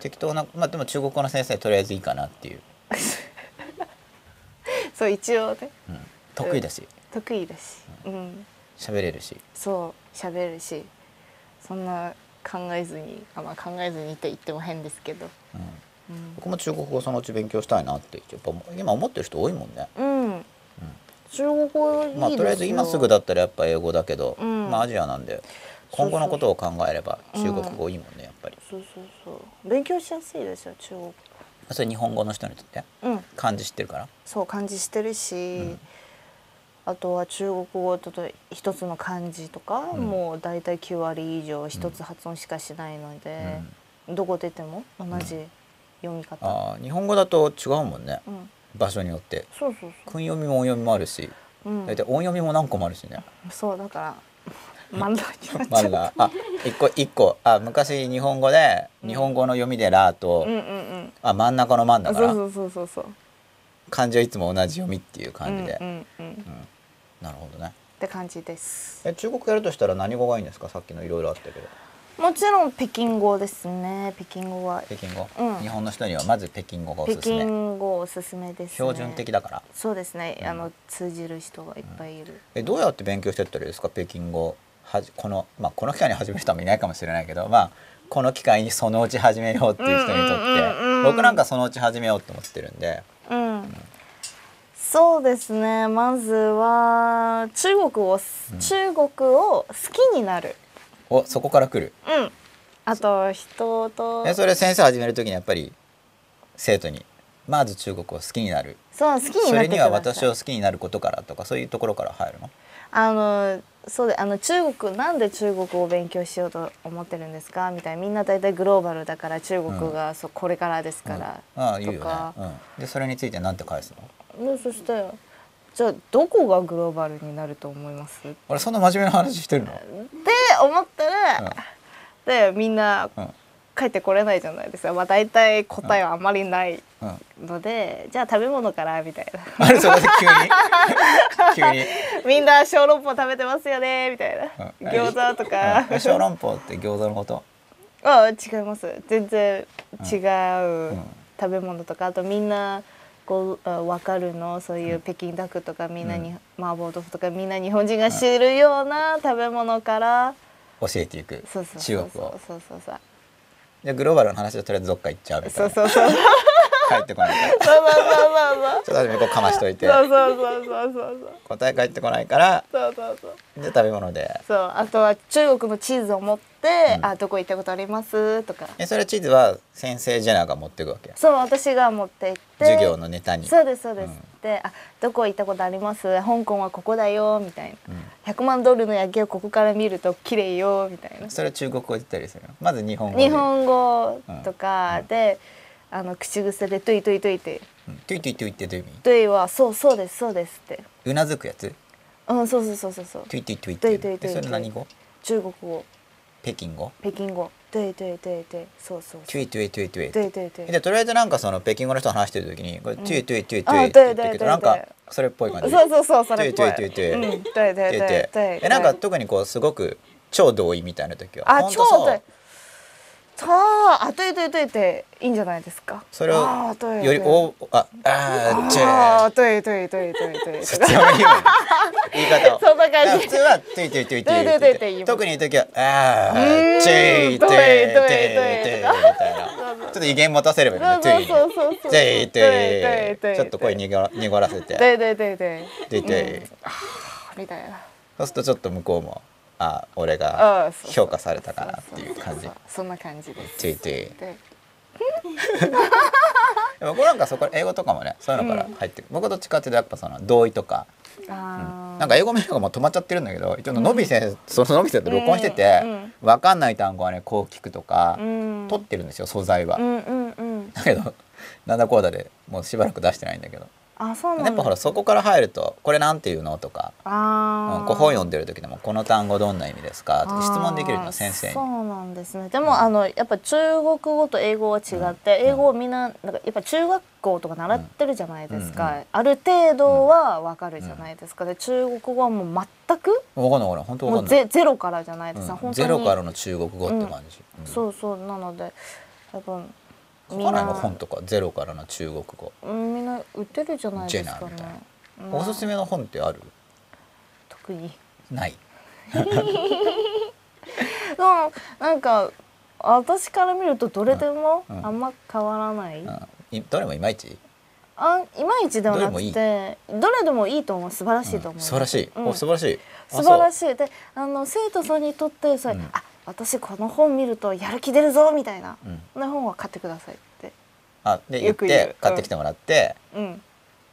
適当なまあでも中国語の先生とりあえずいいかなっていう、そう一応ねうん、得意だし得意だしうん喋れるしそう喋るしそんな考えずにあまあ考えずにって言っても変ですけどうん、僕も中国語そのうち勉強したいなってやっぱ今思ってる人多いもんね。うん、中国語いいですよまあとりあえず今すぐだったらやっぱ英語だけど、うんまあアジアなんでそう今後のことを考えれば中国語いいもんねやっぱり。そうそうそう勉強しやすいですよ中国語それ日本語の人にとってうん漢字知ってるから。そう漢字してるし、うんあとは中国語とと一つの漢字とか、うんもう大体9割以上一つ発音しかしないので、どこ出ても同じ読み方、ああ日本語だと違うもんねうん場所によってそうそう訓読みも音読みもあるしそう、うん大体音読みも何個もあるし ね。そうだから 漫才になっちゃまうずはあ一個一個あ昔日本語で日本語の読みでラーと、うんうんあ真ん中の真んうだんかそらうそうそうそう漢字はいつも同じ読みっていう感じで。うんうんうん、っなるほどね。て感じですえ中国やるとしたら何語がいいんですか？さっきのいろいろあったけど。もちろん北京語ですね北京語は北京語。うん日本の人にはまず北京語がおす北すめ。京語おすすめですね標準的だから。そうですね、うんあの通じる人がいっぱいいる、えどうやって勉強してったらいいですか？北京語はじこのまあこの機会に始める人もいないかもしれないけど、まあこの機会にそのうち始めようっていう人にうとんうんうんうっんて、僕なんかそのうち始めようと思ってるんで。うんそうですねまずは中国を、中国を好きになるおそこから来る。うんあと人とえそれ先生始めるときにやっぱり生徒にまず中国を好きになる。そう好きにそなっれてくださいには私を好きになることからとかそういうところから入るの？あのそうであの中国なんで中国を勉強しようと思ってるんですかみたいなみんな大体グローバルだから中国が、そうこれからですから、うん、ああ言とうよねか、、うん、でそれについてなんて返すのでそしてじゃあどこがグローバルになると思いますって俺そんな真面目な話してるの、思ったら、うんでみんなうん帰ってこれないじゃないですか、まあ、大体答えはあまりないうん、ので、じゃあ食べ物からみた いなあれそこで急に急に、みんな小籠包食べてますよねみたいな、うん餃子とか、うん、小籠包って餃子のことあ違います全然違ううん食べ物とかあとみんなこうあ分かるのそういう北京ダックとかみんなに、麻婆豆腐とかみんな日本人が知るような食べ物から教えていくそうそうそ中う国をそうそうそうじゃあグローバルの話はとりあえずどっか行っちゃうみたいそうなそうそうそうそうそうそうそう帰ってこないからちょっと初めこうかましといてそうそうそう答え返ってこないからそうそうそうで食べ物でそうあとは中国のチーズを持って「あどこ行ったことあります?」とかえそれ地図は先生ジェナが持っていくわけそう私が持って行って授業のネタにそうですそうです、うんであどこ行ったことあります香港はここだよみたいな、うん100万ドルの夜景をここから見ると綺麗よみたいなそれ中国語で言ったりするのまず日本語で日本語とうかんで、あの口癖で「トゥイトゥイトゥイ」ってうんトゥイトゥイトゥイってどういう意味「トゥイ」は「そうそうですそうです」ってうなずくやつうんそうそうそうそうそうトゥイトゥイトゥイっていうトゥイトゥイトゥイえそれ何語中国語北京語北京語「トゥイトゥイトゥイトゥイ」そうそうトそうゥイトゥイトゥイトゥイトゥイトゥイトゥイでとりあえずなんかその北京語の人と話してる時にこれトゥイトゥイトゥイトあゥーイって言ってるけどトゥイトゥイトゥイなんかそれっぽい感じそうそうそうそれっぽいトゥイトゥイトゥイトゥイうんトゥイトゥイでトゥイでトゥイえなんか特にこうすごく超同意みたいな時はあほん超とそうトゥイさあ、あとえとえとえていいんじゃないですか。それをあーとえとえよりおああーちあぇあ、とえとえとえとえと えとそっちの方がいいよね言い方を そんな感じだから普通は「トゥイトゥイトゥイトゥイ」トゥイトゥイトゥイ言います特に言う時は「あーちぇいトゥイトゥイトゥイトゥイ」みたいなちょっと威厳持たせればいいね「トゥ イそうそうそうそうトゥイトゥイトゥイトゥイトゥイちょっと声濁ら濁らせてえ「とえとえとえトゥイトゥイ」みたいな。そうするとちょっと向こうも「あ俺あーがそうそう評価されたかな」っていう感じそう。そんな感じです。トゥイトゥイででも僕なんかそこ英語とかもねそういうのから入ってくる、僕どっちかっていうとやっぱその同意とかあなんか英語名がもう止まっちゃってるんだけ ど一応のび先生、そののび先生と録音してて、うん分かんない単語はねこう聞くとか、あ、うん、取ってるんですよ素材は、うんうんうん。だけど なんだこうだでもうしばらく出してないんだけど、あ、そうなんだ。やっぱほらそこから入ると「これなんていうの?」とか、あうあ、んこう本読んでる時でも「この単語どんな意味ですか?」って質問できるあーの先生にそうなんですねでも、あのやっぱ中国語と英語は違って、英語をみんななんかやっぱ中学校とか習ってるじゃないですか、うんある程度はわかるじゃないですか、で中国語はもう全く分かんない分かんない本当も分うかんない、ゼゼロからじゃないですか、うん本当ゼにロからの中国語って感じ、うんそうそうなので多分書かないの本とかゼロからの中国語うんみんな売ってるじゃないですジェナかーみたいね、うんおすすめの本ってある特にないでもなんか私から見るとどれでもうんあんま変わらない、うんいどれもいまいちあいまいちではなくてどどれでもいいと思う素晴らしいと思う、うん素晴らしい、うんお素晴らしい素晴らいしいであの生徒さんにとってそれ、うんあ私この本見るとやる気出るぞみたいな、うんその本は買ってくださいってあで言っよく言うて買ってきてもらって、うん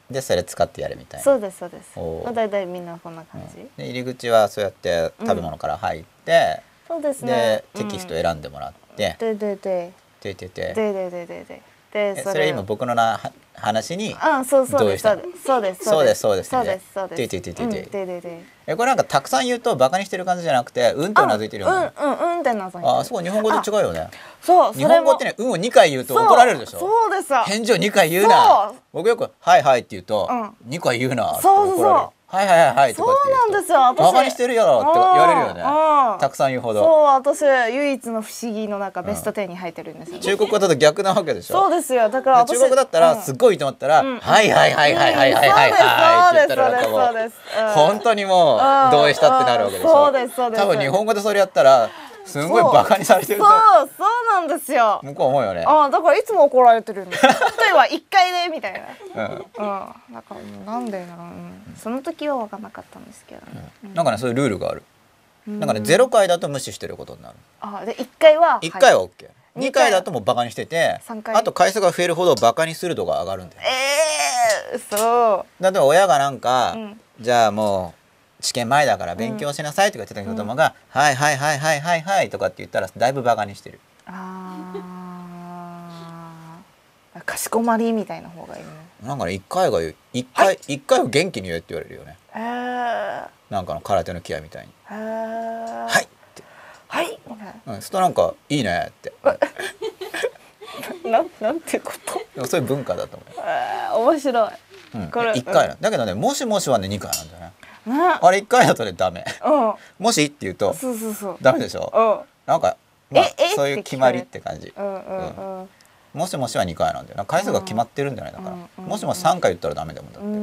でそれ使ってやるみたいなそうですそうですおーまあ大体みんなこんなうん感じ、で入り口はそうやって食べ物から入って、そうですねでテキストうん選んでもらって、ででででてでてでででででえそれ今僕のなは話にあそうそうです同意そうですそうですそそううでですすそうですででででうんででででえこれなんかたくさん言うとバカにしてる感じじゃなくてうんとうなずいてるよね、あうんうんうんってなぞいてるああそこ日本語で違うよねそうそ日れも本語ってねうんを2回言うと怒られるでしょそうそうですよ返事を2回言うなそう僕よく「はいはい」って言うとう「2回言うな」ってそうそうそう怒られるはいはいはいはい」そとかって言うとうなんですよ私バカにしてるよ」って言われるよねうんうんたくさん言うほそどう私唯一の不思議の中ベスト10に入ってるんですよ、中国語だと逆なわけでしょそうですよだからで私中国だったらすっごいと思ったらうん「はいはいはいはいはいはいはいはい」って言ったらなんかもそうですそうですそうですううん本当にもうんう同意したってなるわけでしょそうですそうです多分日本語でそれやったらすごいそうバカにされてるそとうそうなんですよ向こう思うよねあだからいつも怒られてるんですよ例えば一回でみたいなうんうんだからもうなんでなの、うん、その時は分かんなかったんですけど、なんかねそういうルールがあるなんかねゼロ回だと無視してることになるあで一回は1回はは OK2 回回だともうバカにしてて三回あと回数が増えるほどバカにする度が上がるんだよええー、そ例えば親がなんか、うんじゃあもう試験前だから勉強しなさいとか言ってたけど、子供が「はいはいはいはいはいはい」とかって言ったらだいぶバカにしてるう あーかしこまりみたいな方がいいねなんかね1回が1回一回を元気に言えって言われるよねえー、なんかの空手の気合みたいにえ「ー、はい」って、はいうん、そうするとなんか「いいね」ってななんてことでもそういう文化だと思うよ、えー面白いねうん、これ1回なんだけどね「もしもし」はね2回なんだよねうあれ1回だとねダメん「もし」って言うとそうそうそうダメでしょうんなんか、まあええ、そういう決まりって感じう。んうんもしもしは2回なんだよな。回数が決まってるんじゃないだから。うんうんもしもし3回言ったらダメだもんだっうて。んう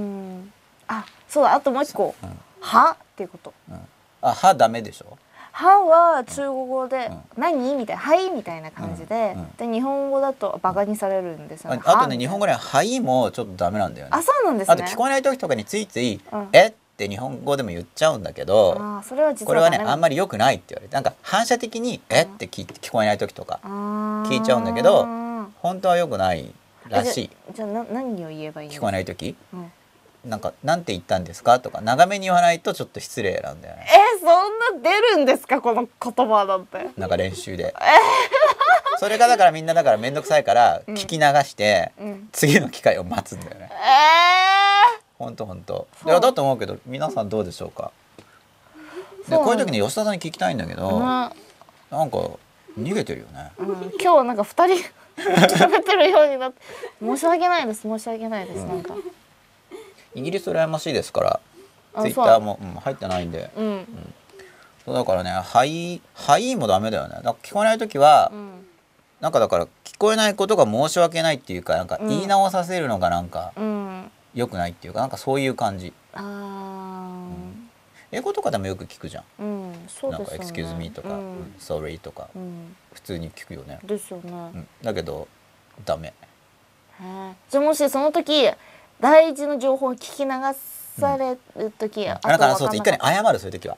んあそうだあともう一個うん「は」っていうことうんあ、歯ダメでしょ。 「は」は中国語でうん「何?」みたいな「はい」みたいな感じでうんうんで日本語だとバカにされるんですよあねあはとね、日本語でははいもちょっとダメなんだよね。あそうなんですねあと聞こえない時とかについついうん、えって日本語でも言っちゃうんだけど、あーそれは実はこれはね、あんまりり良くないって言われて、なんか反射的に、えって聞いて聞こえない時とか、聞聞いちゃうんだけど本当は良くないらしい。じゃあな何を言えばいい、聞こえないい時うん、えなんか、なんて言ったんですかとか、長めに言わないとちょっと失礼なんだよね。そんな出るんですかこの言葉だってなんか練習で。それがだからみんなだから面倒くさいから聞き流して、うん次の機会を待つんだよねえ。えほんとほんと。そういやだと思うけど皆さんどうでしょうか。でそうこういう時に吉田さんに聞きたいんだけど、ーなんか逃げてるよね。うん、今日はなんか二人喋ってるようになって申し訳ないです申し訳ないです、なんかイギリス羨ましいですから、あツイッターも、うん、入ってないんで。うんそうだからね、はい、はいもダメだよね。だから聞こえない時は、うんなんかだから聞こえないことが申し訳ないっていうかなんかうん言い直させるのがなんかうん良くないっていうかなんかそういう感じあー英語とかでもよく聞くじゃんうん、そうなんでか「すよね excuse me」とかう「ん sorry」とかうん普通に聞くよね、ですよね、うん、だけどダメへえじゃあもしその時大事な情報を聞き流される時、あとだからわそうかんいなかかにっ謝るそういう時は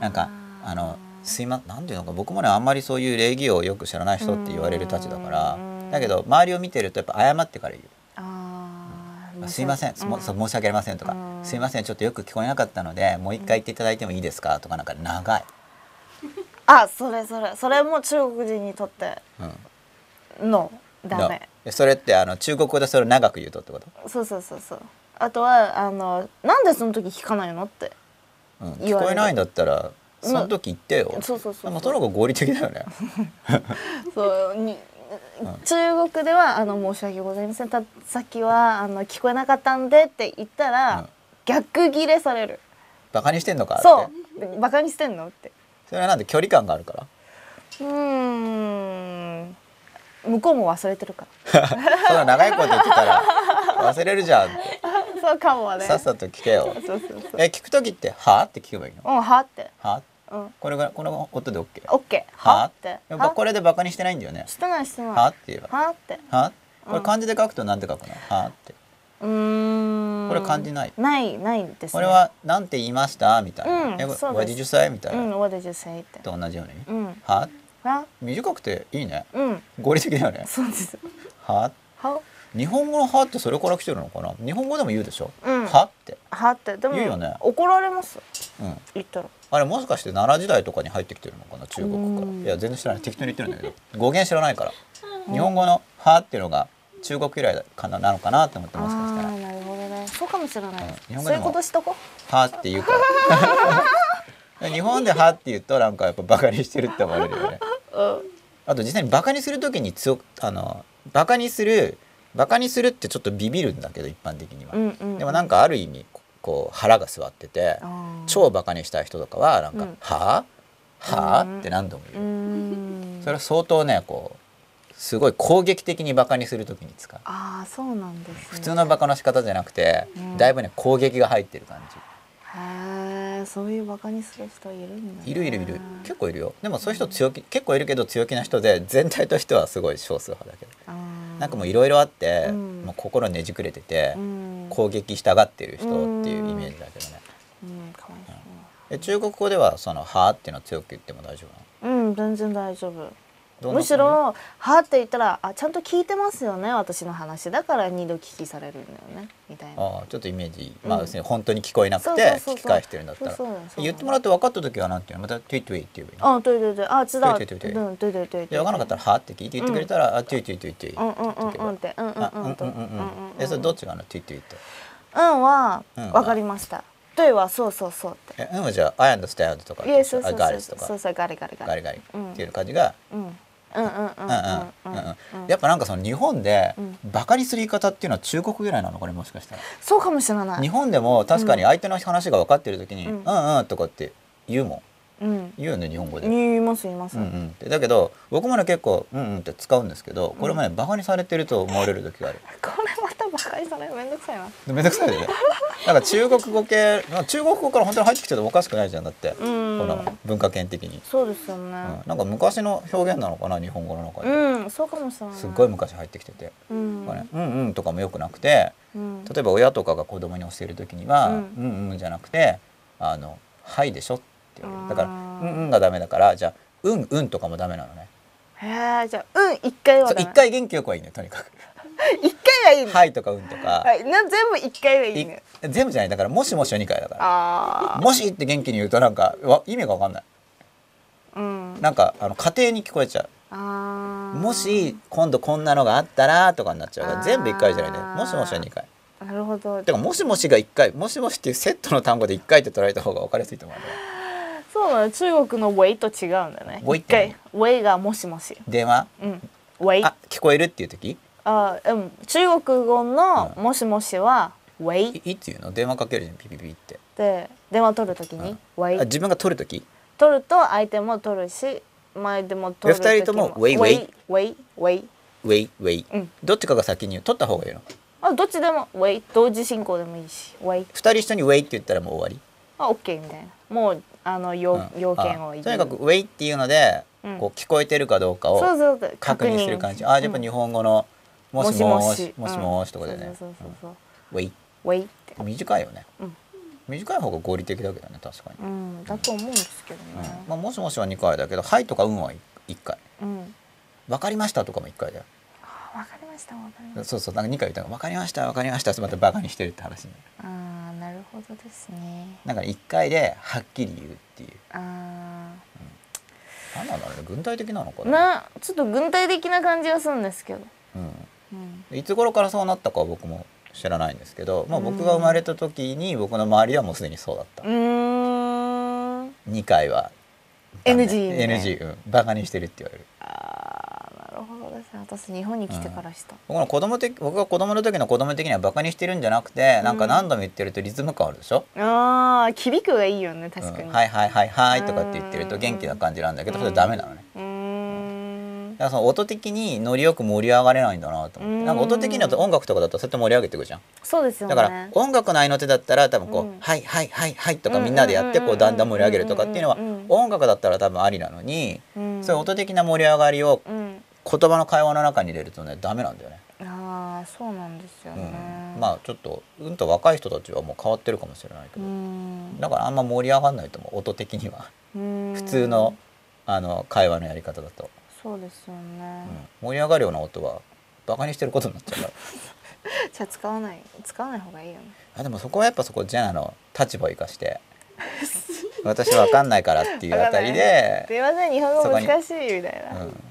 たなんかあのーすいまなんていうのか僕もねあんまりそういう礼儀をよく知らない人って言われるたちだからうんだけど周りを見てるとやっぱ謝ってから言うあー「すいません、もそう申し訳ありません」とかう「んすいませんちょっとよく聞こえなかったのでもう一回言っていただいてもいいですか」とかなんか長い、あそれそれそれも中国人にとってうん、のダメだそれってあの中国語でそれを長く言うとってこと、そうそうそうそうあとはあのなんでその時聞かないのってうん、言聞われるこえないんだったらうんその時言ってよ、そうそうそうまあ、その方が合理的だよねそうに中国ではあの申し訳ございませんたさっきはあの聞こえなかったんでって言ったら、うん逆ギレされるバカにしてんのかってそうバカにしてんのってそれはなんで距離感があるからうーん向こうも忘れてるかそんな長いこと言ってたら忘れるじゃんってら そうかもねさっさと聞けよそうそうそうえ聞く時って「は?」って聞けばいいのうんはってはうんこれがこの音で OK オッケーははっっててやっぱこれでバカにしてないんだよねしてないしてないはって言えばはってはこれ漢字で書くとなんて書くのはってうーんこれ漢字ないないないですねこれはなんて言いましたみたいなうんえこれそう和です字受歳みたういなん What did you say ってと同じようにうんはは短くていいねうん合理的だよねそうですはは日本語のはってそれから来てるのかな日本語でも言うでしょうんはってはってでも言うよね怒られますうん言ったらあれもしかして奈良時代とかに入ってきてるのかな中国かうらんいや全然知らない適当に言ってるんだけど語源知らないから日本語の「は」っていうのが中国由来かななのかなと思ってもしかしたあーなるほどねそうかもしれないですうん日本語そうでいうもことしとこら「は」って言うから 日本で「は」って言うとなんかやっぱバカにしてるって思われるよねううんあと実際にバカにする時に強くあのバカにするバカにするってちょっとビビるんだけど一般的には、うんうんでもなんかある意味こう腹が据わっててあー超バカにしたい人とかはなんか「うんはあはあうんって何度もう言う、ーんそれは相当ねこうすごい攻撃的にバカにする時に使うああそうなんです、ね、普通のバカの仕方じゃなくて、うんだいぶね攻撃が入ってる感へえそういうバカにする人いるんだ、じね、いるいるいる結構いるよでもそういう人強気、結構いるけど強気な人で全体としてはすごい少数派だけどあーなんかもういろいろあって、うんもう心ねじくれてて、うん攻撃したがってる人っていうイメージだけどね、うんかわいそうえ中国語ではその「は」っていうのを強く言っても大丈夫なのうん全然大丈夫どんなむしろ「は」って言ったら「あちゃんと聞いてますよね私の話だから二度聞きされるんだよね」みたいなああちょっとイメージまあうん要するに本当に聞こえなくそうてそうそうそう聞き返してるんだったらそうそうそうそう言ってもらって分かった時はなんていうのまた「トゥイトゥイ」って言えばいいのあ对对对あ知道对对对对うん对对对で分からなかったら「は」って聞いて言ってくれたら「あトゥイトゥイトゥイトゥイ」うんうんうんうんっってうんうんあうんううんんとうんうんえそれどっちがあの「トゥイトゥイ」ってうんはうんはわかりました对はそうそうそうってえうんはじゃあ「I understand」とかいやそうあそうガーそルうズそとうそかうそうガリガリガガリリガリうんっていう感じがうんうんうんうんうんうんううんんうんんうううんんやっぱなんかその日本でうんバカにする言い方っていうのは中国由来なのこれもしかしたらそうかもしれない日本でも確かに相手の話が分かってる時に「ううんんうん」とかって言うもんうん言うよね日本語で言います言います、うんうんって、だけど僕もね結構「うんうん」って使うんですけどこれもねバカにされてると思われる時があるこれまたバカにされるめんどくさいなめんどくさいよね なんか中国語系まあ中国語から本当に入ってきててもおかしくないじゃんだってこんの文化圏的に、そうですようねん、なんか昔の表現なのかな日本語の中うで、ん、そうかもしれないすっごい昔入ってきてて、うんこれうんうん」とかもよくなくてうん例えば親とかが子供に教える時には「ううんん、うんじゃなくて「あのはいでしょ」って言われるだからあ「ーうんうん」がダメだからじゃあ「うんうん」とかもダメなのねへえじゃあうん一回はそうダメ一回元気よくはいいねとにかく一回はいいねはいとかうんとか、はいな全部一回はいいねい全部じゃないだからもしもしは2回だかあらもしって元気に言うとなんかわ意味が分かんないあうんなんかあの家庭に聞こえちゃあうーもし今度こんなのがあったらとかになっちゃうからあー全部1回じゃないねもしもしは2回なるほどてかもしもしが1回もしもしっていうセットの単語で1回って捉えた方が分かりやすいと思うねそうなの中国のウェイと違うんだよねウェイっ一て回ウェイがもしもし電話うんウェイあ聞こえるっていう時あうん中国語のもしもしはウェイいいつ言うの電話かけるじゃんピピピってで電話取るときにウあェイ自分が取る時取ると相手も取るし前でも取るで二人とも時ウェイウェイウェイウェイウェイウェイウェイ、うんどっちかが先に言う取った方がいいのあどっちでもウェイ同時進行でもいいしウェイ2人一緒にウェイって言ったらもう終わあオッケーみたいなもうあのり、要,、うん要件をあ言うとにかくウェイっていうので、うんこう聞こえてるかどうかそうをそうそう確認する感じああやっぱ日本語の「もしもしもしもし」とかだようんねそうそうそうそうウェイウェイって短いよね、うん短い方が合理的だけどね確かに、うんだと思うんですけどうんねまあ、もしもしは2回だけど「はい」とか「うん」は1回うん「わかりました」とかも1回だよあわかりましたわかりましそうそうなんか2回言ったら「わかりましたわかりました」ってまたバカにしてるって話になるたああなるほどですねなんか1回ではっきり言うっていうあなんなんだろうね軍隊的なのかあなちょっと軍隊的な感じはするんですけどうんうんいつ頃からそうなったかは僕も知らないんですけど、まあ、僕が生まれた時に僕の周りではもうすでにそうだったう、ーん2回はダメ NG みたいな NG、うん、バカにしてるって言われるああなるほどですね私日本に来てからした、僕の子供的僕が子供の時の子供的にはバカにしてるんじゃなくて、なんか何度も言ってるとリズム感あるでしょ、ああ響くがいいよねうん、確かに、はいいはいはいはいとかって言ってると元気な感じなんだけどそれダメなのねうーんだからその音的にノリよく盛り上がれないんだなと思っうてんなんか音的にだと音楽とかだとそうやって盛り上げていくじゃんそうですよねだから音楽の合いの手だったら多分こう、うんはいはいはいはいとうかんうんみんなでやってこうだんだん盛り上げるとかっていうのはうんうんうん音楽だったら多分ありなのに、うんそういう音的な盛り上がりをうん言葉の会話の中に入れるとねダメなんだよね。ああそうなんですようね、ん、まあちょっとうんと若い人たちはもう変わってるかもしれないけうど、んだからあんま盛り上がんないと思う音的には普普通のあの会話のやり方だと、そうですよねうん、盛り上がるような音はバカにしてることになっちゃうからじゃあ使わない使わない方がいいよねあでもそこはやっぱそこジェナの立場を生かして 私わかんないからっていうあたりで。すいません日本語そこに難しいみたいな、うん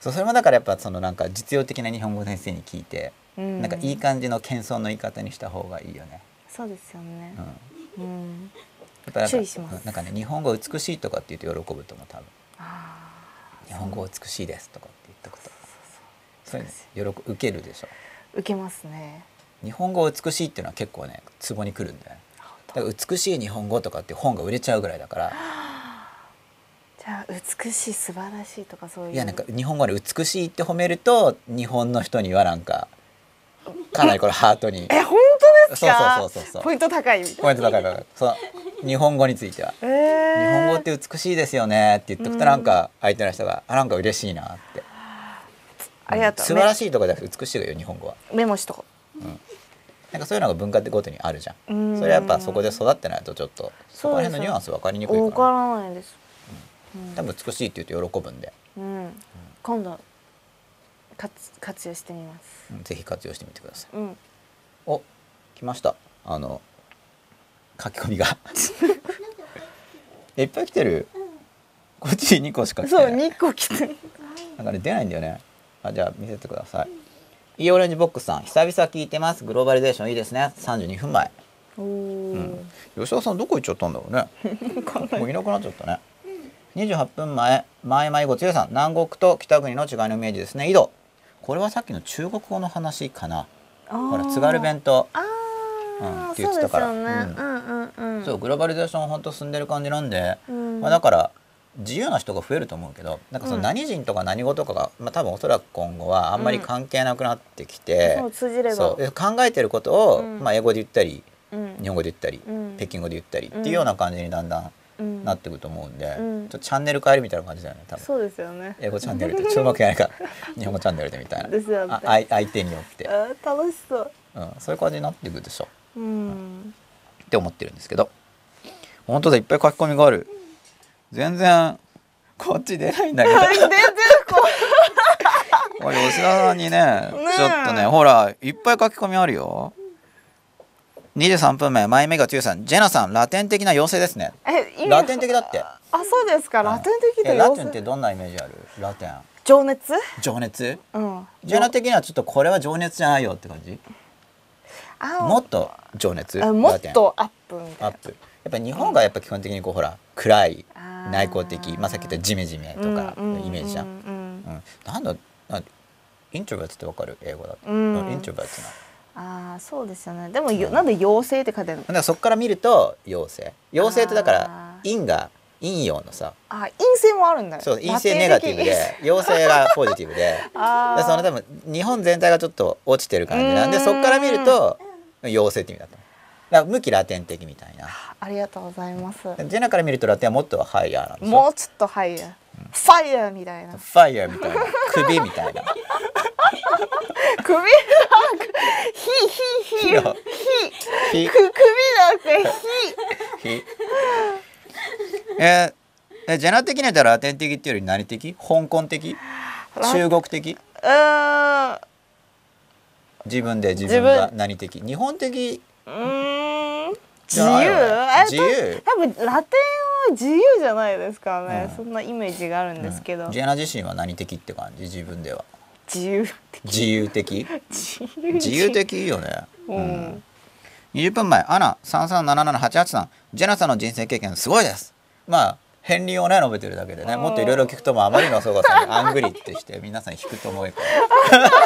そうそれもだからやっぱそのなんか実用的な日本語の先生に聞いて、うんなんかいい感じの謙遜の言い方にした方がいいよね。そうですよねうん、やうん、っぱなんか注意しますうんなんかね日本語美しいとかって言うと喜ぶと思う多分あ日本語美しいですとかって言ったことそういうの喜受けるでしょ。ー受けますね日本語美しいっていうのは結構ねツボにくるんだよね。だから美しい日本語とかって本が売れちゃうぐらいだからじゃあ美しい素晴らしいとかそういういやなんか日本語で美しいって褒めると日本の人にはなんかかなりこれハートに え本当ですかそうそうそうそうそうポイント高いみたいポイント高い高いその日本語についてはな「日本え語ーって美しいですよね」って言っとくとなんか相手の人が「あなんか嬉しいな」ってありがとう素晴らいしいとかじゃなくて美しいよ日本語はメモしとこなんかそういうのが文化ごとにあるじゃうーんんそれはやっぱそこで育ってないとちょっとそこら辺のニュアンス分かりにくういわからからないです多分美しいって言うと喜ぶんで、うん、今度活活用してみますうんぜひ活用してみてくださいうんお来ましたあの書き込みが えいっぱい来てるこっち2個しか来てなそうい二個来てるなんかね出ないんだよね。あじゃあ見せてください。イーオレンジボックスさん久々聞いてます。グローバリゼーションいいですね。32分前。おお、吉田さんどこ行っちゃったんだろうね。もういなくなっちゃったね。28分前前前後つゆさん南国と北国の違いのイメージですね。井戸これはさっきの中国語の話かな。あーほら津軽弁と。あうんあ、って言っそうてでたすからよね、うん、うんうんそうグローバリゼーション本当進んでる感じなんで、うんまあ、だから自由な人が増えると思うけどなんかそのうん何人とか何語とかが、まあ、多分おそらく今後はあんまり関係なくなってきて、そう通じればそうで考えてることを、うんまあ、英語で言ったりうん日本語で言ったり、うん北京語で言ったりっていうような感じにだんだうんんなってくると思うんで、うんちょっとチャンネル変えるみたいな感じだよね多分。そうですよね英語チャンネルでちょっとうまくやらないから日本語チャンネルでみたいな ですよねああい相手によって、あー楽しそううん、そういう感じになってくるでしょうんって思ってるんですけど本当だいっぱい書き込みがある全然こっち出ないんだけど 全然こおい吉田さんにえねちょっとねほらいっぱい書き込みあるよ23分目前目が中さんジェナさんラテン的な妖精ですねうえ意味ラテン的だってあそうですかラテン的えでラテンってどんなイメージあるラテン情熱情熱うんジェナ的にはちょっとこれは情熱じゃないよって感じあもっと情熱あもラっテンとアップみたいアップやっぱ日本がやっぱ基本的にこうほら暗いあー内向的まあさっき言ったジメジメなとかのイメージじゃん、ううんんなんだなんイントロバーツってわかる英語だと、うんイントロバーツなああそうですよねでもよなんで妖精って書いてあるのだからそこから見ると妖精妖精ってだかあらー陰が陰陽のさあ陰性もあるんだよそう陰性ネガティブで陽性がポジティブで あでーその多分日本全体がちょっと落ちてる感じなんでうんそこから見ると陽性って意味だっただから向きラテン的みたいなありがとうございますジェナから見るとラテンはもっとハイヤーなんですもようちょっとハイヤーファイヤーみ たいなファイヤーみたいな首み たいな首なんかひひひひいやひく首なんてひえーえジェナ的にはじゃあラテン的っていうより何的香港的ラ中国的ひうーん自分で自分が自何的日本的うーん自じゃないよね由自由多分ラテンは自由じゃないですかね、うんそんなイメージがあるんですけど、ジェナ自身は何的って感じ自分では自由的自由的自由自由的いいよねうん、 20分前アナ337788さんジェナさんの人生経験すごいですまあ片鱗をね述べてるだけでねもっといろいろ聞くともうあまりのすごさにアングリってして皆さん引くと思うからどんだ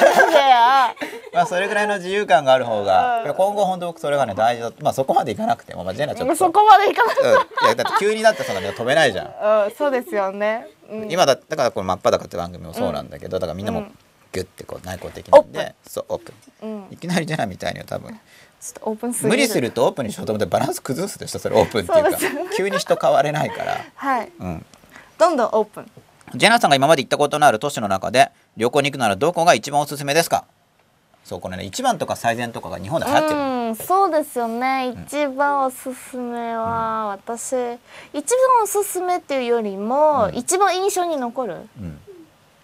けなんだよまあそれぐらいの自由感がある方がうんいや今後本当僕それがね大事だまあそこまでいかなくてもまあジェナちょっもうとそこまでいかうんいやだって急にだってそんなね飛べないじゃんない、うん、そうですよね、うん、今だだからこの「真っ裸」って番組もそうなんだけど、だからみんなもギュッてこう内向的なんで、オーそうオープうんンいきなりジェナみたいには多分ちょっとオープンすぎる無理するとオープンにしようと思ってバランス崩すでしょそれオープンっていうかそうで急に人変われないから、はいうん、どんどんオープンジェナさんが今まで行ったことのある都市の中で旅行に行くならどこが一番おすすめですかそうこのね一番とか最善とかが日本で流行ってる、うん、そうですよね一番おすすめは、私一番おすすめっていうよりも、うん一番印象に残るうん、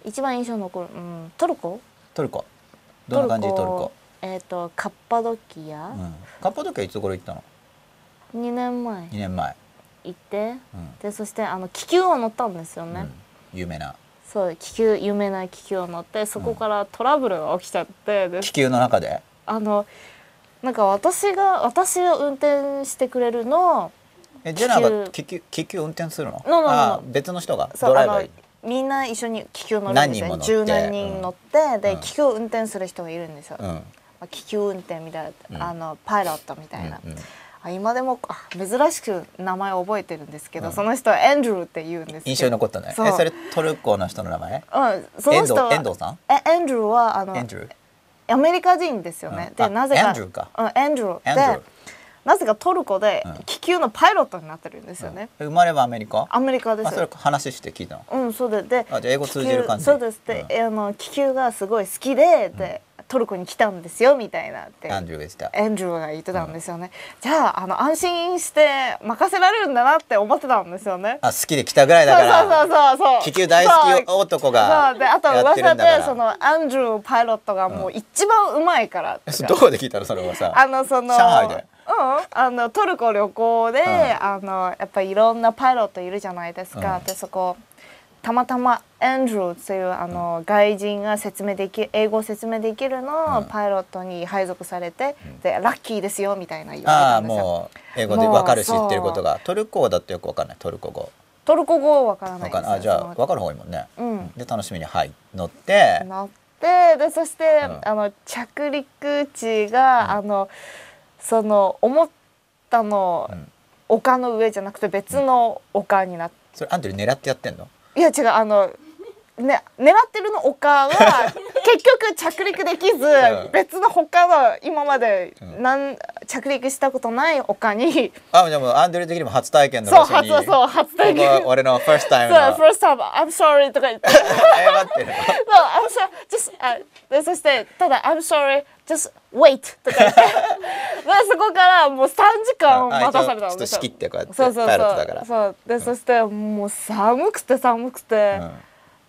一番印象に残る、うん、トルコトルコどんな感じトルコえっ、とカッパドキア、うん、カッパドキアいつ頃行ったの2年前2年前、行ってうんでそしてあの気球を乗ったんですよね、うん有名なそう気球有名な気球を乗ってそこからトラブルが起きちゃってで気球の中であのなんか私が私を運転してくれるのえジェナが気球気球運転するの？ No, no, no, no. あー別の人がそドうラあイバのー。みんな一緒に気球乗るん何です人よも乗って十何人乗って、うでん気球を運転する人がいるんですよ、うんまあ、気球運転みたいな、うんあのパイロットみたいな、うんうんあ今でもあ珍しく名前を覚えてるんですけど、うんその人はエンドルーって言うんですけど印象に残ったね。えそうそれトルコの人の名前？うん、その人は遠藤遠藤さんえエンドルーはあのエンドルー。アメリカ人ですよね、うんあでなぜかエンドルーかうん、エンドルエーンドルーでなぜかトルコでうん気球のパイロットになってるんですよね、うん生まれはアメリカ？アメリカですあそれ話して聞いたうの。んそうでであじゃあ英語通じる感じ気球そうですでうん、えあの気球がすごい好きでで、トルコに来たんですよみたいなってエンドルが言ってた。エンドゥが言ってたんですよね、じゃああの安心して任せられるんだなって思ってたんですよねあ好きで来たぐらいそだうかそら。うそうそう気球大好きそう男そがうであとやってる噂んだから。でそのアンドゥパイロットがもう一番うまいからって、えそれどこで聞いたのそれはさ。あのその上海で。うん、あのトルコ旅行で、んあのやっぱりいろんなパイロットいるじゃないですか、うんでそこたまたまエンドルーというあの、外人が説明でき英語を説明できるのをうんパイロットに配属されて、でラッキーですよみたいな言わああれたんですよもう英語でわかるしもうそう言ってることがトルコ語だとよくわかんないトルコ語。トルコ語わからなわいですかんよないあじゃあそのわかる方がいいもんね。うんで楽しみにはい乗って。なってでそして、うんあの着陸地が、あのその思ったの、うん丘の上じゃなくて別の丘になって。それアンドリュー狙ってやってんの？いや違うあのね狙ってるの丘 は結局着陸できず、うん別の他の今までうんなん、着陸したことない丘にあ、じゃあもうアンドリュー的にも初体験のそう場所初に。そうそう初体験ここは俺の first そ time うの。 「first time I'm sorry」とか 言って「そう謝ってる の。I'm sorry just あでそしてただ「I'm sorry just wait」とか 言ってでそこからもう3時間あ待たされたちょんでっとすよ仕切ってこうやってそうそうパイロットだかそら。うそうでそしてもう寒くて寒くて。うん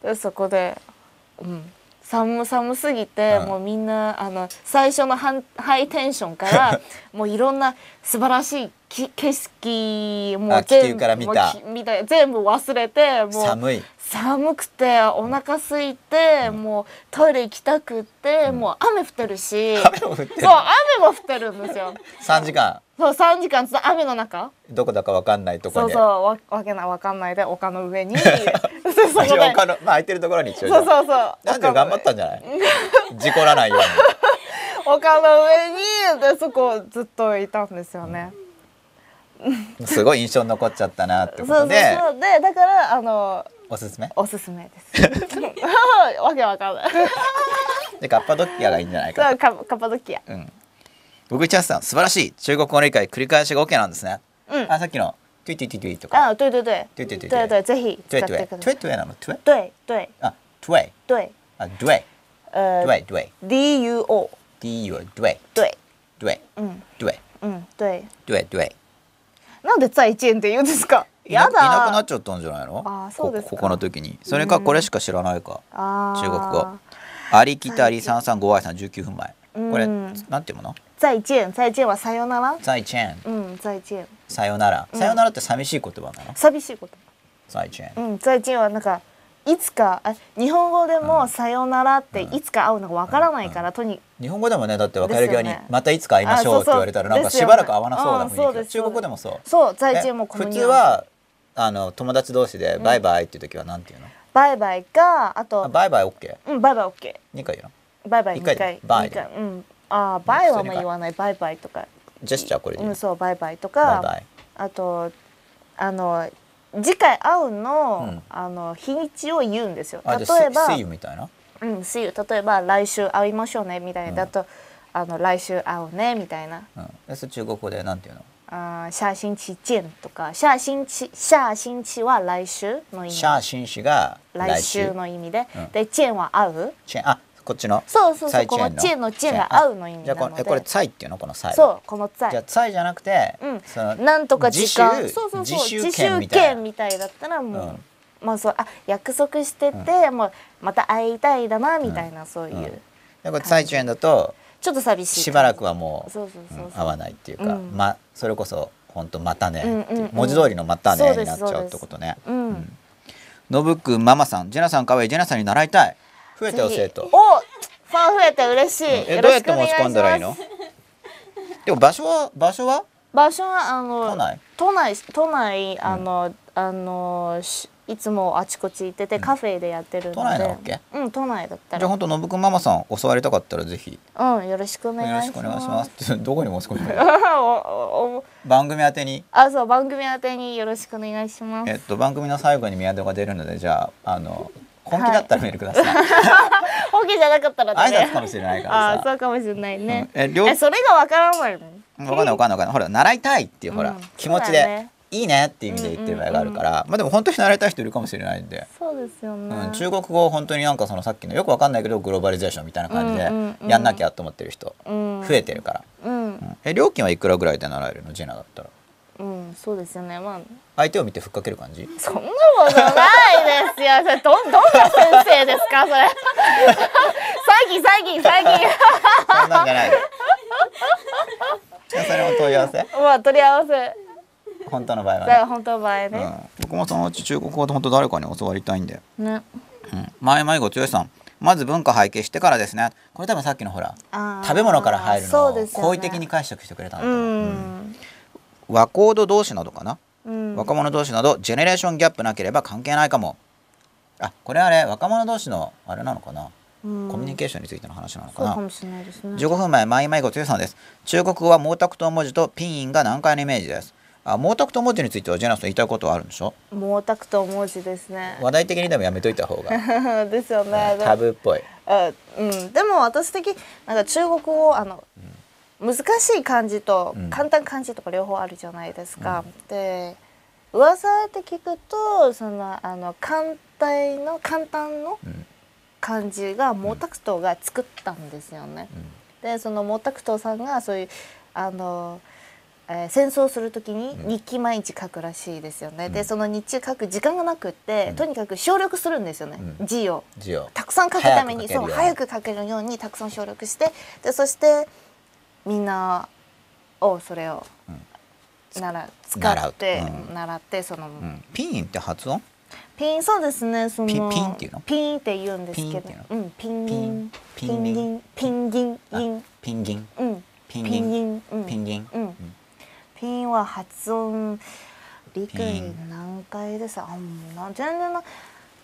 でそこで、うん、寒寒すぎて、うんもうみんなあの最初のハンハイテンションから もういろんな素晴らしいき景色もあう全気部球から見たもうき見た全部忘れてもう寒い寒くてお腹空いて、もうトイレ行きたくって、もう雨降ってるし雨も降ってそう雨も降ってるんです よ。三時間そう3時間ずっと雨の中どこだかわかんないとこそろうに。そうわわけないわかんないで丘の上 にそうそこで一応他のまあ空いてるところに一応。そうそうそうなんで頑張ったん じゃない？事故らないように。丘の上にでそこずっといたんですよね。すごい印象に残っちゃったなってそうこそとうそうででだからあのおすすめおすすめです わけわかんないでカッパドキアがいいんじゃないかそとうカカッパドキアうん僕チャンスさん素晴らしい中国語の理解繰り返しが OK なんですね、うんあさっきのトゥイトゥイトゥイトゥイとかあ对对对对对对对对对ぜひト使っゥイトゥてイくトださいゥイトゥイなのトゥイ对对あトゥイ对あドゥイ呃ドゥイドゥイ D U O D はドゥイ对ドゥイうんドゥイうん对ドゥイドゥイなんで在地円って言うんですかいなやいなくなだっちゃったんじゃないのあーそうですかこここの時にそれかこれしか知らないか、中中国語ありきたり三三五愛さん19分前これ、うんなんていうもの再见再见はさよなら再见うん再見さよなら、さよならって寂しい言葉なの寂しいこと再见うん再見はなんかいつかあ日本語でもさよならっていつか会うのがわからないからとに日本語でもねだって別れ際にですよね「またいつか会いましょう」って言われたらあなんそうそうかしばらく会わなそうだもんですよねうんそうです中国語でもそうそうえ在地円もこの普ニュアンス通はあの友達同士で「バイバイ」っていう時はなんて言うの、バイバイかああとバイバイ OK うんバイバイオッケ二回言うのーバイバイ一二回回で二バイ回うんあーバイはあんま言わないバイバイとかジェスチャーこれでいうい、のんそうバイバイとバイかバイあとあの次回会うの、うんあの日にちを言うんですよ。あ例じゃあえば、 See you みたいなうん、See you 例えば来週会いましょうねみたいな、だとあの来週会おうねみたいな、うんでそれ中国語でなんて言うのあー下星期见とか下星期下星期は来週の意味シャーシン氏が来来週週の意味で、うんで见は会うチェンあこっちのそうそうそサうイチこェのン见の见が会うの意味じゃなあのこのでえこれ「サイ」っていうのこの「サイ」そうこの在じゃあ「サイ」じゃなくて、うんそのなんとか時間自習そうそうそう自習自権習みたい権なみたいだったらもう、うんまあそうあ約束してて、もうまた会いたいだなみたいな、そういう、うんでこれ「サイチェン」だとちょっと寂しいしばらくはもうそうそうそうそううん会わないっていうか、うんま、それこそ本当またね」っていううんうんうん文字通りの「またね」そうにですなっちゃうってことね。うん、のぶくんママさんジェナさんかわいいジェナさんに習いたい増えたよぜひ生徒おファン増えて嬉しい、えよどろうやっしてくお願申いしし込んだらいいまのすでも場所は場所は場所はあの都内都内都内あの、あのしいつもあちこち行っててカフェでやってるので、都内なわけうん都内だったじゃあら本当のぶくんママさん教わりたかったらぜひうんよろしくお願よろいししくお願まいしすます どこに申し込ん だおおお番組宛てにあ、そう、番組宛てによろしくお願いします。えっと番組の最後に宮戸が出るのでじゃああの本気だったらメールください、本気じゃなかったら 挨拶かもしれないからさあ、そうかもしれないね。うんえ両それがわからないもん。わかんないわかんないわかんないほら習いたいっていうほら、うん気持ちそうで、だねいいねっていう意味で言ってる場合があるから、まあでも本当に習いたい人いるかもしれないんで、そうですよね。うん、中国語を本当になんかそのさっきのよくわかんないけどグローバリゼーションみたいな感じうんうんうんでやんなきゃと思ってる人、うん増えてるから、うん、うんえ料金はいくらぐらいで習えるのジェナだったらうん、そうですよね。まあ、相手を見てふっかける感じそんなことないですよ。それど、どんな先生ですか、それ。最近、最近、最近。そんなんじゃないじゃあそれも問い合わせまあ、取り合わせ。だ本当の場合はから、ね、本当の場合ね。うん、僕もそのうち中国語って本当誰かに教わりたいんで、ね。うん、前々ご剛さんまず文化背景してからですねこれ多分さっきのほらあー食べ物から入るのそうをですよ好ね意的に解釈してくれたんだうと思う、ん。和光度同士などかな、うん。若者同士などジェネレーションギャップなければ関係ないかもあこれあれ若者同士のあれなのかな、うんコミュニケーションについての話なのかそうなかもしれないですね。 15分前マイマイゴつゆさんです中国語は毛沢東文字とピンインが難解なイメージですあ毛沢東文字についてはジェナスと言いたいことはあるんでしょ毛沢東文字ですね。話題的にでもやめといた方が ですよね。タブーっぽいあうん、でも私的なんか中国語あの、難しい漢字とうん簡単漢字とか両方あるじゃないですか。で噂で聞くとそのあの簡単の簡単のうん漢字が毛沢東が作ったんですよね。うんでその毛沢東さんがそういうあの、えー戦争するときに日記毎日書くらしいですよね。うでんその日記書く時間がなくって、とにかく省略するんですよね、うん字を。字をたくさん書くために早く書けそう早く書けるようにるようにたくさん省略してでそしてみんなをそれを、なら使って習習,、ううんってその、うん、ピンインって発音ピンそうですねそのピピンっていうのピンって言うんですけどピンってうんピンギンピピンンギンピンギンあギンピンギンうんピンギピンギンンうんピンギン、うんピンは発音理ピ解ン難解でさあんな全然な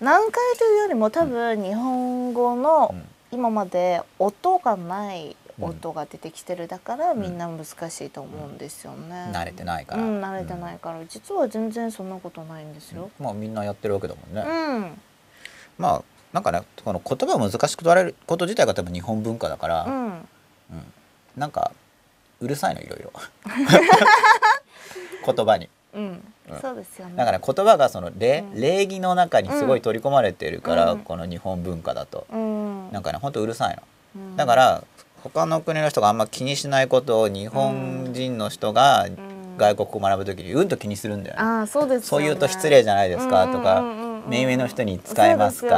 難解というよりも多分日本語のうん今まで音がない音が出てきてるだから、みんな難しいと思うんですよね、慣れてないから、うん、慣れてないから、実は全然そんなことないんですよ。まあみんなやってるわけだもんね、うん、まあなんかねこの言葉を難しく取られること自体が多分日本文化だから、うん、なんかうるさいのい ろいろ言葉にうん、そうですよね。だから、言葉がその礼,、うん礼儀の中にすごい取り込まれてるから、うんこの日本文化だと、うん、なんかねほんとうるさいの、うんだか、ら他の国の人があんま気にしないことを日本人の人がん外国語を学ぶ時にうんと気にするんだよね、ああ、そうですよね。そう言うと失礼じゃないですかとか、うんうんうんうん目上の人に使えますか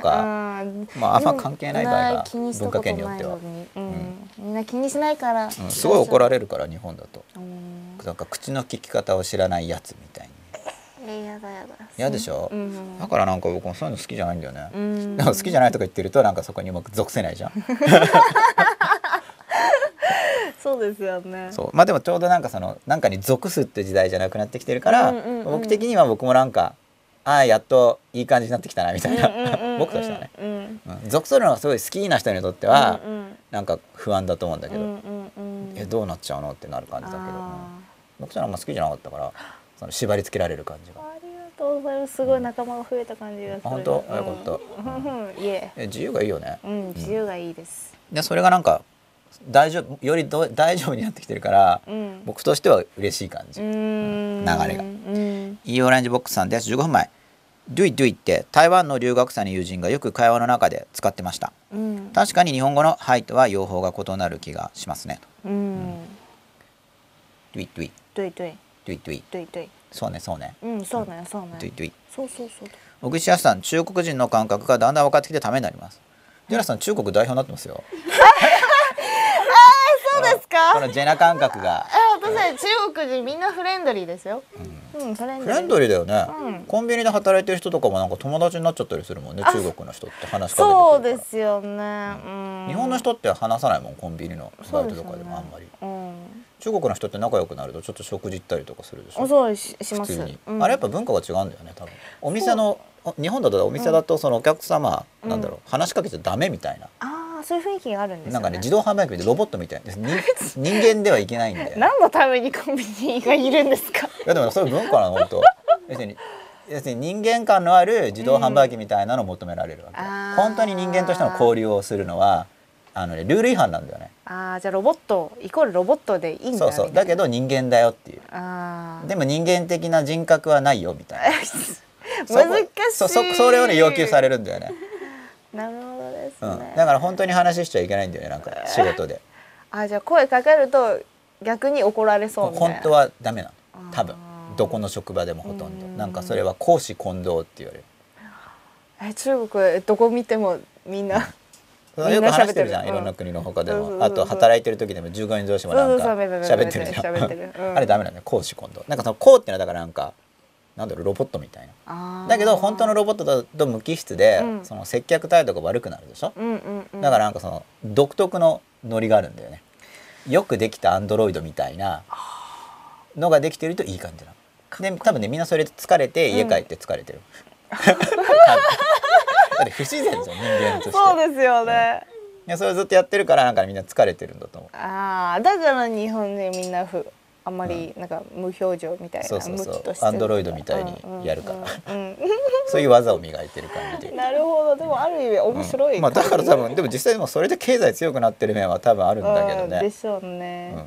そうか、ですよねうんまああんま関係ない場合がでも気にしたこと文化圏によってはないのにうんみんな気にしないから。うんすごい怒られ。れるから日本だとうんなんか口の利き方を知らないやつみたいにえー、やだやだ。嫌でしょ、うんだからなんか僕もそういうの好きじゃないんだよね、うんでも好きじゃないとか言ってるとなんかそこにうまく属せないじゃんそうですよね。そうまあでもちょうどなんかそのなんかに属すって時代じゃなくなってきてるから、うんうんうん僕的には僕もなんかああやっといい感じになってきたなみたいな、うんうんうんうん僕としてはね、うん。うん、属するのがすごい好きな人にとっては、うんうんなんか不安だと思うんだけうど、んうんうん。えどうなっちゃうのってなる感じだけど、ね、あ僕とはあんま好きじゃなかったからその縛り付けられる感じーがありがとうございます。すごい仲間が増えた感じがする。あ本当うんあよかったうんいえ。え自由がいいよね、うん、自由がいいです。でそれがなんか大丈夫よりど大丈夫になってきてるから、うん。僕としては嬉しい感じ、うーん。流れがうん。イオレンジボックスさんです15分前「ドゥイドゥイ」って台湾の留学生の友人がよく会話の中で使ってましたうん。確かに日本語の「はい」とは用法が異なる気がしますねうん。ドゥイドゥイ对对ドゥイドゥイ对对。そうねそうねうん、そうなんや、そうなんドやゥイ。ドゥイそうそうそう。小口康さん中国人の感覚がだんだん分かってきてためになりますジェラさん中国代表になってますよそうですこか。のジェナ感覚がえ、私たち中国人みんなフレンドリーですよ。うん、フレンフドリレー。ンドリーだよね、うんコンビニで働いてる人とかもなんか友達になっちゃったりするもんね中国の人って話しかけてくるからそうですよね。うん。日本の人って話さないもんコンビニのバそうイでトすとよねかでもあんまり、うん。中国の人って仲良くなるとちょっと食事行ったりとかするでしょあそうししま普す通に、。うんあれやっぱ文化が違うんだよね多分お店のお日本だとお店だとそのお客様、うんなんだろう話しかけちゃダメみたいな、ああ、そういう雰囲気があるんですよね。なんかね自動販売機でロボットみた いなに人間ではいけないんで何のためにコンビニがいるんですか。いやでもそれ文化なの本当要するに要するに人間感のある自動販売機みたいなのを求められるわけ、うんあー本当に人間としての交流をするのはあの、ね、ルール違反なんだよねああ、じゃあロボットイコールロボットでいいんだ。そうそうだけど。ど人間だよっていうああ。でも人間的な人格はないよみ たいな難しそこいそそそれをね要求されるんだよね、なるほどですうんね、、だから本当に話しちゃいけないんだよねなん か仕事であじゃあ声かけると逆に怒られそうみたい本な当はダメなの多分あーどこの職場でもほとんどうんなんかそれは公私混同って言われるえ中国どこ見てもみんなみんなよく話してるじゃ喋ん、ってるいろんな国の他でも、うんそうそうそうそうあと働いてる時でも従業員同士もなんかそうそうそう喋ってるじゃん喋ってるうん あれダメなんだよ公私混同なんかその公ってのはだからなんかなんだろうロボットみたいなだけど本当のロロボットだと無機質で、うんその接客態度が悪くなるでしょ、うんうんうんだからなんかその独特のノリがあるんだよねよくできたアンドロイドみたいなのができてるといい感じなので多分ねみんなそれで疲れて家帰って 疲れてる、だって不自然じゃん人間としてそうですよね、いやそれをずっとやってるからなんかみんな疲れてるんだと思ああだから日本人みんなふあんまりなんか無表情みたいな、そうそうそうムキとしてるアンドロイドみたいにやるからうんうんうんうそういう技を磨いてる感じうでん なるほどでもある意味面白い、まあ、だから多分でも実際でもそれで経済強くなってる面は多分あるんだけどうんでね、しょううね、ん、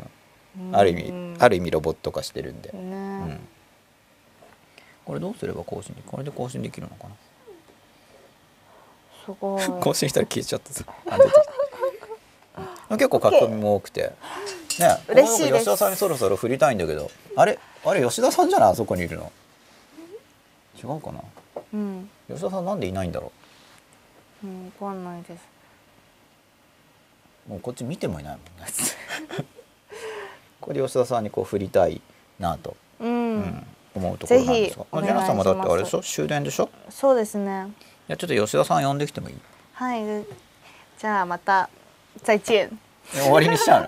ある意味、うんある意味ロボット化してるんで、ね、うん、これどうすれば更新でこれで更新できるのかなすごい 更新したら消えちゃったさあ出てきた 結構書き込みも多くてね嬉しいです吉田さんにそろそろ振りたいんだけどあれあれ吉田さんじゃないあそこにいるの違うかなうん吉田さんなんでいないんだろうん、わかんないです。うもうこっち見てもいないもんね これで吉田さんにこう振りたいなと、うん、うん思うところなんですがぜひおまあ願ジいェナさんもだってあれでししょ終電でしょそうですね。いやちょっと吉田さん呼んできてもいいはい、でじゃあまた再見。え終わりにしちゃう の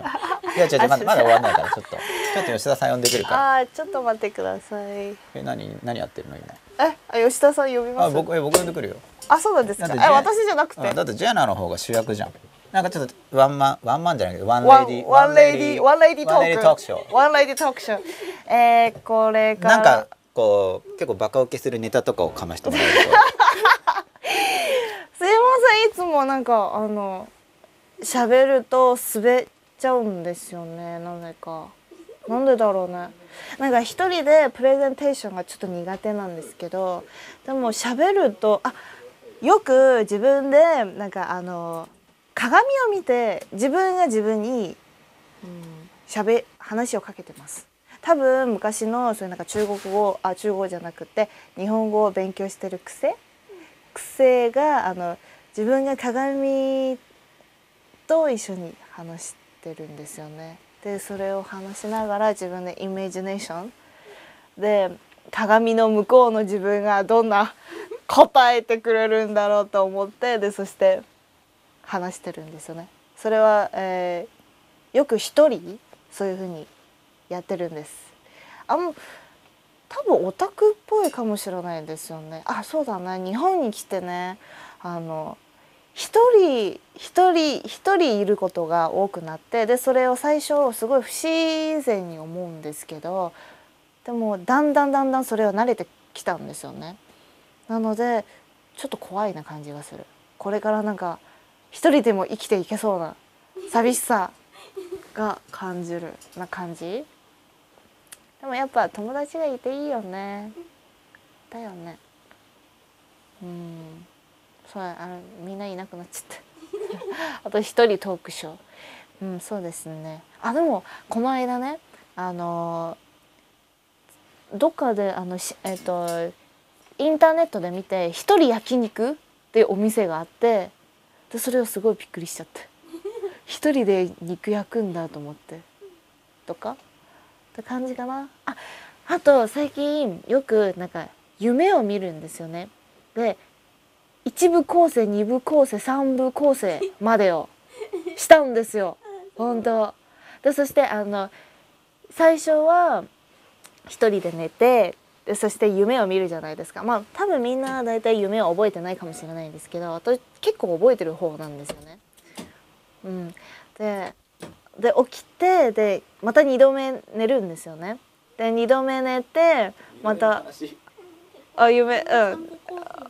いや違う違うまだまだ終わんないからちょっとちょっと吉田さん呼んでくるからああ、ちょっと待ってください。え、え何何やってるの今あ吉田さん呼びます。あ僕え僕呼んでくるよあそうなんですだっか。てえ、ジェ私じゃなくて。あだってジェナの方が主役じゃんなんかちょっとワンマンワンマンじゃないけどワンワンレディワンレディワンレディトワンレディークショー。ワンレディトークショー。えー、これからなんかこう結構バカ受けするネタとかをかましてもらえるすいませんいつもなんかあの喋ると滑っちゃうんですよねなぜかなんでだろうねなんか一人でプレゼンテーションがちょっと苦手なんですけどでも喋るとあよく自分でなんかあの鏡を見て自分が自分に喋話をかけてます多分昔のそういうなんか中国語あ中国語じゃなくて日本語を勉強してる癖癖があの自分が鏡と一緒に話してるんですよねでそれを話しながら自分でイメージネーションで鏡の向こうの自分がどんな答えてくれるんだろうと思ってでそして話してるんですよねそれは、えーよく一人そういう風にやってるんですあん多分オタクっぽいかもしれないですよねあそうだね日本に来てねあの一人一人一人いることが多くなってでそれを最初すごい不自然に思うんですけどでもだんだんだんだんそれは慣れてきたんですよねなのでちょっと怖いな感じがするこれからなんか一人でも生きていけそうな寂しさが感じるな感じでもやっぱ友達がいていいよねだよねうんそうあのみんないなくなっちゃったあと一人トークショーうんそうですねあでもこの間ねあのどっかであのしえっ、とインターネットで見て一人焼肉っていうお店があってでそれをすごいびっくりしちゃって一人で肉焼くんだと思ってとかって感じかなああと最近よくなんか夢を見るんですよねで一部構成二部構成三部構成までをしたんですよ本当でそしてあの最初は一人で寝てでそして夢を見るじゃないですかまあ多分みんな大体夢は覚えてないかもしれないんですけど私結構覚えてる方なんですよねうん、でで起きてでまた2度目寝るんですよね。で2度目寝てまたあ夢うん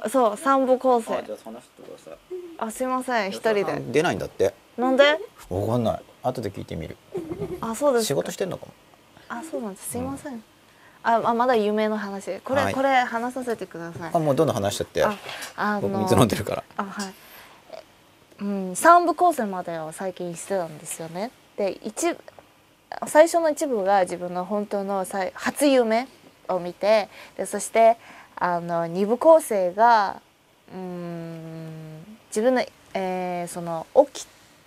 あそう三部構成あ話してくださいあすいません一人で出ないんだってなんでわかんない後で聞いてみるあそうです仕事してんのかもあそうなんですすいません、ああまだ夢の話これ、はいこれ話させてくださいあもうどんどん話しちゃってああ僕の水飲んでるからあはいえうん3部構成までを最近してたんですよねで一部最初の一部が自分の本当の最初夢を見てでそしてあの2部構成がうん自分の,、えーその起き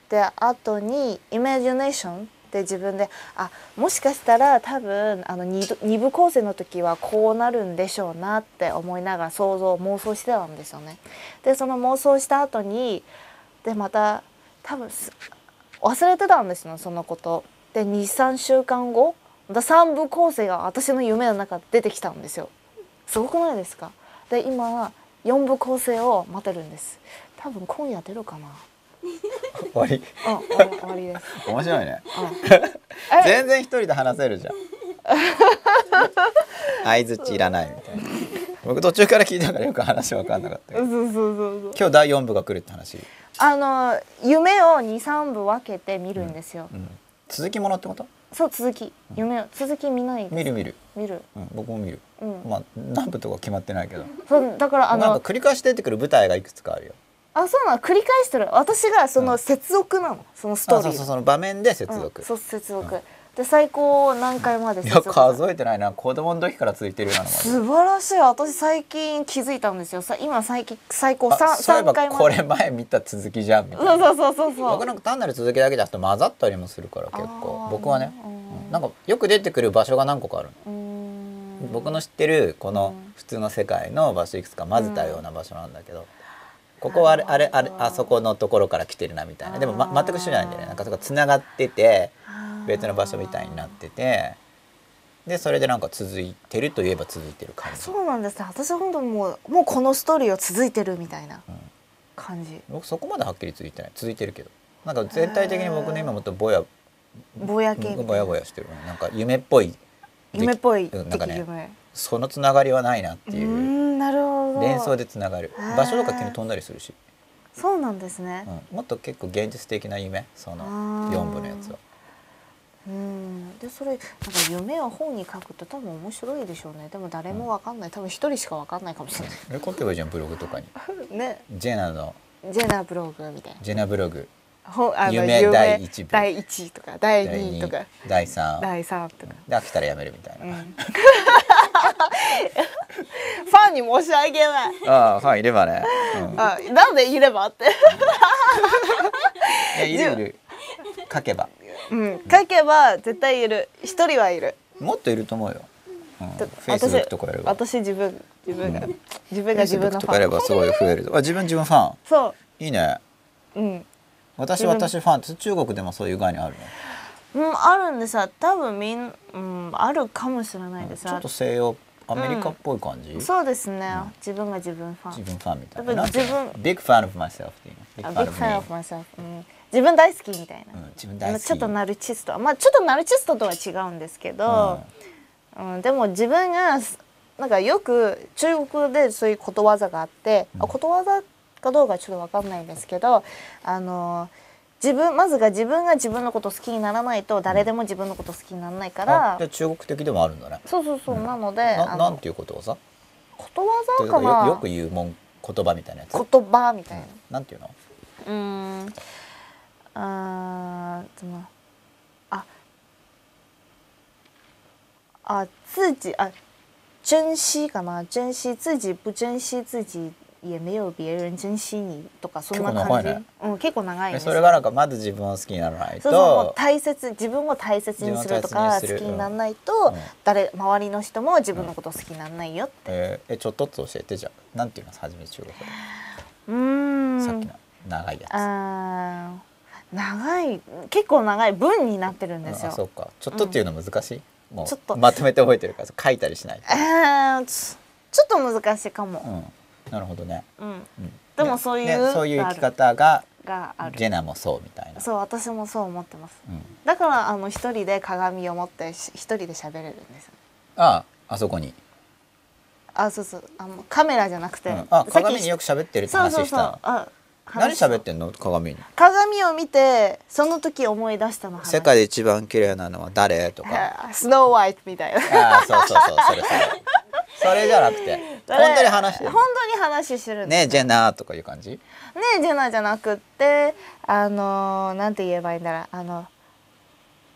て後にイメージネーションで自分であもしかしたら多分あの 2, 2部構成の時はこうなるんでしょうなって思いながら想像妄想してたんですよね。でその妄想した後にでまた多分す忘れてたんですよそのこと。で23週間後また3部構成が私の夢の中で出てきたんですよ。すごくないですかで今4部構成を待ってるんです。多分今夜出るかな。終わりあ、あ終わりです。 面白いね あえ全然一人で話せ るじゃん相づちいらないみたいな僕途中から聞いたからよく話分かんなかったけそどうそうそうそう。今日第四部が来るって話、あの夢を二三部分けて見るんですよ。うん、続きものってことそう続き夢を続き見ないです見る見る、見る。うん、僕も見る、うんまあ何部とか決まってないけどそうだからあなんのか繰り返し出てくる舞台がいくつかあるよあそうなの繰り返してる。私がそうのん接続なのそのストあーリー。そうそうその場面で接うん続、そう接続。で最高何回までい接や続。数えてないな子供の時から続いてるようなのも素晴らしい。私最近気づいたんですよ。さ今最近最高あるあ三そういえ三ば回まで。これ前見た続きじゃんみたいそなうそうそうそうそう。僕なんか単なる続きだけじゃなくて混ざったりもするから結構あー僕はね、うんうんなんかよく出てくる場所が何個かあるの、うーん僕の知ってるこのうん普通の世界の場所いくつか混ぜたような場所なんだけど、ここはあれあれあれあそこのところから来てるなみたいなでも、ま、全く一緒じゃないんだよねなんかそこつながってて別の場所みたいになっててでそれでなんか続いてるといえば続いてる感じそうなんですね私は本当もうもうこのストーリーは続いてるみたいなうん感じ、僕そこまではっきり続いてない続いてるけどなんか全体的に僕ね今もっとぼやぼやけぼやぼやしてるなんか夢っぽい夢っぽいうんなんか的ね夢そのつながりはないなってういーうんなるほど連想でつながるへー場所とか急に飛んだりするし、そうなんですねうん、もっと結構現実的な夢そのあー4部のやつはうんでそれなんか夢を本に書くと多分面白いでしょうねでも誰もわかんない多分一人しかわかんないかもしれえ書けばいいじゃんブログと かに ないねジェナのジェナブログみたいなジェナブログほあの夢第一部第一とか第第二とか2第3第三とか、で飽きたらやめるみたいな、うんファンに申し訳ないああファンいればね、うん、あなんでいればって、いやいるいる書けばうん、書けば絶対いる一人はいるもっといると思うよ、うん、フとェイスブックとかやれば私私自分自分が、うん自分が自分 Facebook のフとかやァれンばすごい増えるとあ自分自分ファンそいいねううん私自分私ファンって中国でもそういう概念あるのうん、あるんでさ多分みん、うん、あるかもしれないでちょさっと西洋アメリカっぽい感じ、そうですね、自分が自分ファン自分ファンみたいやっぱななんていうの自 Big fan of myself っていうの A big fan of me myself、うん、自分大好きみたいな、うん自分大好きちょっとナルチストまあちょっとナルチストとは違うんですけど、うんでも自分がすなんかよく中国でそういうことわざがあって、あことわざかどうかちょっとわかんないんですけどあの自分まずが自分が自分のこと好きにならないと誰でも自分のこと好きにならないかあら、じゃあ中国的でもあるんだねそうそうそうなので、なあなんのていうことをさこととわいうざかかよなよく言うもん言葉みたいなやつ言葉みたいな。なんていうのうーんあー怎么ああ自己あ珍惜かな珍惜自己不珍惜自己也没有别人珍惜你とかそんな結構長感いじ、ねうん結構長いんえですそれがなんかまず自分を好きにならないそうそうもうと大切自分を大切にするとか自分を大切にする好きにならないと、うんうん誰周りの人も自分のこと好きにならないよえーえちょっとずつ教えてじゃあなんていうの初め中国語でうーんさっきの長いやあー長い結構長い文になってるんつですうんよあそうかちょっとっていうの難しい、もちょっとうまとめて覚えてるからそう書いたり しない、えーちちょっと難しいかうも、ん、なるほどね、うんうんでもそういうねねそういう生きあ方ががあジェるナもそうみたいなそう私もそう思ってますうん、だからあの一人で鏡を持ってし一人で喋れるんですよあああそこに、あそうそうあのカメラじゃなくて、うんさあっき鏡によく喋ってるってそう話そうしそたうのあ何話喋ってんの鏡に鏡を見てその時思い出したの話 世界で一番綺麗なのは誰とかあスノーワイトみたいなああそうそうそうそれそれそれじゃなくて 本当に話してる本当に話してるんですねえジェナーとかいう感じねえジェナじゃなくってあのーなんて言えばいいんだろうあの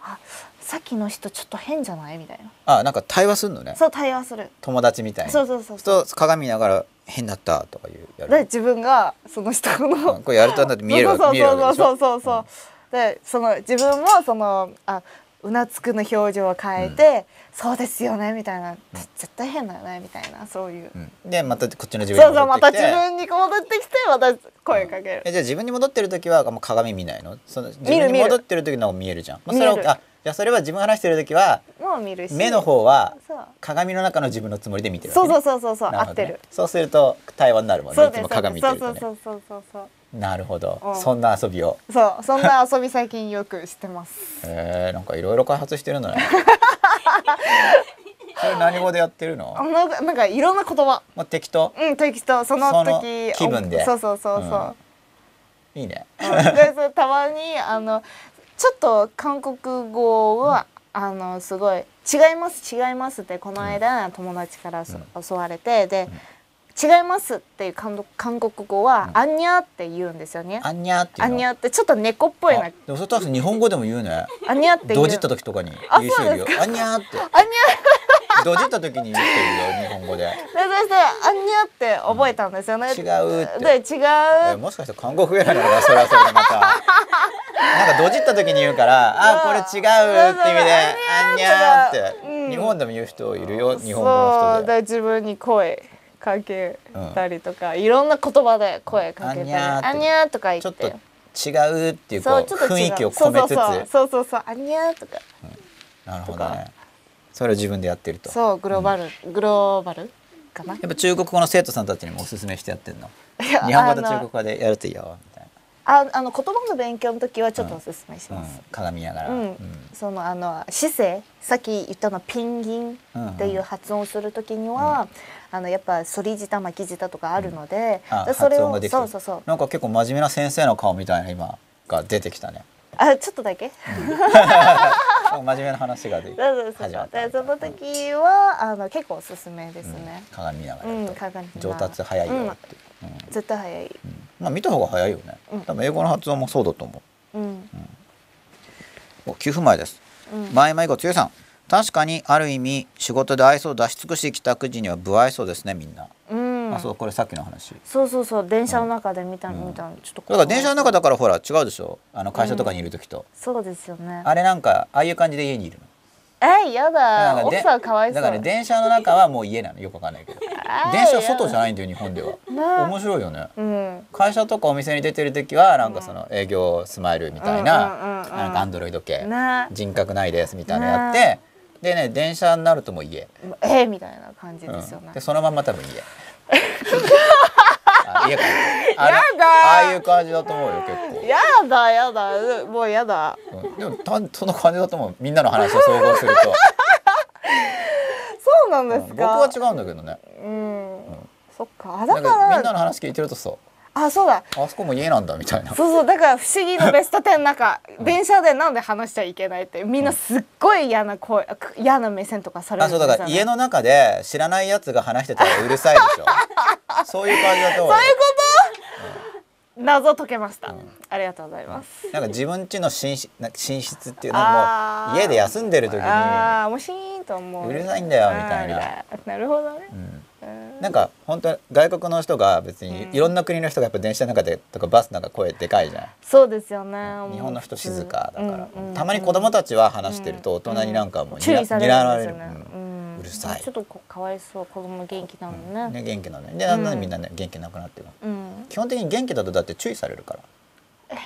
あさっきの人ちょっと変じゃないみたいなあなんか対話すんのねそう対話する友達みたいにそうそうそうそうそう鏡見ながら変だったとかいうやでる自分がその人うんのこれやるとだって見えるわそう見えるわけでしそうょそうそうそうそうでその自分もそのあうなつくの表情を変えて、そうですよねみたいな絶対変だよねみたいなそういう、うんでまたこっちの自分そうにそう戻っまてたきて自分に戻ってきてまた声かけるえ、じゃあ自分に戻ってる時はもう鏡見ないのその自分に見る戻ってる時の方が見えるじゃん、まあ、それは見えるあじゃあそれは自分が話してる時はもう見るし目の方はそう鏡の中の自分のつもりで見てるそうそううそうそうそう、合ってるそうすると対話になるもんねそういでつすも鏡見てそるとうねそうそうそうそうなるほど、うんそんな遊びをそうそんな遊び最近よくして ますへえなんかいろいろ開発してるん だねそれ何語でやってるあのなんかなんかいろんな言葉もう適当うんテキストその時その気分でおそうそうそうそう、いいねでそうたまにあのちょっと韓国語は、あのすごい「違います違います」ってこの間友達からそ、教われてで「違います」っていう韓国韓国語は「あんにゃ」って言うんですよね。あんにゃーっていあうのんにゃってちょっと猫っぽいあなでもそれ多分日本語でも言うねあんにゃっていうドジった時とかに言う人いるよあんにゃーってあんにゃドジった時に言ってるよ日本語ででそして「あんにゃ」って覚えたんですよね。違うってで違えうもしかして韓国語なのかなそれはそれでまたなんかドジった時に言うからあこれ違うって意味であんにゃーって、うん日本でも言う人いるよ日本語のそ人うでで自分に声かけたりとか、いろんな言葉で声かけたりあんにゃーってあんにゃー」とか言っちょってと違うっていうこうそうちょっと雰違う囲気を込めつつそうそうそうそうそうそうあんにゃーとかなるほとどねそれを自分でやってるとやそうグローバル、グローバルかなっぱ中国語の生徒さんたちにもおすすめしてやってるの いや日本語とあの中国語でやるといいよみたいなああの言葉の勉強の時はちょっとおすすめしうんます。、鏡見ながら、うんうんそのあの姿勢さっき言ったのピンギンっていう発音をする時には、あのやっぱ反り舌巻き舌とかあるので、あでそれ発音をができてそるうそうそうなんか結構真面目な先生の顔みたいな今が出てき たねあちょっとだけ真面目な話ができそうそうそう始まったでその時はあの結構おすすめですね、鏡見ながらうんやると、鏡見な上がら達早いよって、うん絶対早い、まあ見た方が早いよね、うん多分英語の発音もそうだと思うんうお9分前ですうん前々後強いさん確かにある意味仕事で愛想を出し尽くし帰宅時には不愛想ですねみんな、うんあそうこれさっきの話そうそうそう電車の中で見たの、見たのちょっとだから電車の中だだからほら違うでしょあの会社とかにいる時と、そうですよねあれなんかああいう感じで家にいるのえいやなだんかで奥さんかわいそうだから電車の中はもう家なのよくわかんないけど あー電車は外じゃないんだよ日本ではな面白いよねうん会社とかお店に出てる時はなんかその営業スマイルみたいなうんうんうんうんなんかアンドロイド系ね人格ないですみたいなのやってでね電車になるともう家えみたいな感じうですよねん、で、そのまんま多分 家あ家からあやだーああいう感じだと思うよ結やだやだうもうやだ構、うん、でもたその感じだと思うみんなの話を総 合するとそうなんです僕かは違うんだけどねうん、そっかあなだんかからみんなの話聞いてるとさあそうだあそこも家なんだみたいなそうそうだから不思議のベスト10の中電車でなんで話しちゃいけないってみんなすっごい嫌な声あく嫌な目線とかされるあんそでうすよ、だね、から家の中で知らないやつが話してたらうるさいでしょそういう感じだと思うよ謎解けました、ありがとうございます、なんか自分家の寝室なんか寝室っていうのあはもうー家で休んでる時にああもうシーンと思ううるさいんだよみたいなあーなるほどね、うんなんか本当外国の人が別にいろんな国の人がやっぱ電車の中でとかバスの中声でかいじゃそうですよねん日本の人静かだから、うんうんたまに子供たちは話してると大人になんかもうに注ら意されるんですよにねらわれる、ううんんうるさいちょっとこうかわいそう子供元気なのね,、ね、元気なのにでだんだんみんなね元気なくなってる、うん基本的に元気だとだって注意されるから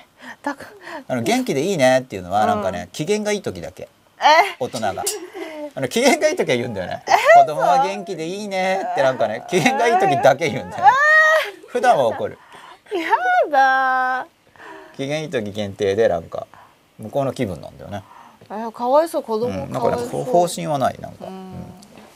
だかあの元気でいいねっていうのはなんかね、機嫌がいい時だけ大 人があの機嫌がいい時は言うんだよね子供は元気でいいねってなんかね機嫌がいい時だけ言うんだよ、ね、普段は怒るらだ機嫌いい時限定でなんか向こうの気分なんだよね、ーえかわいそう子う供ん、なかんかわねいそう、こう方針はないなんか、ううんん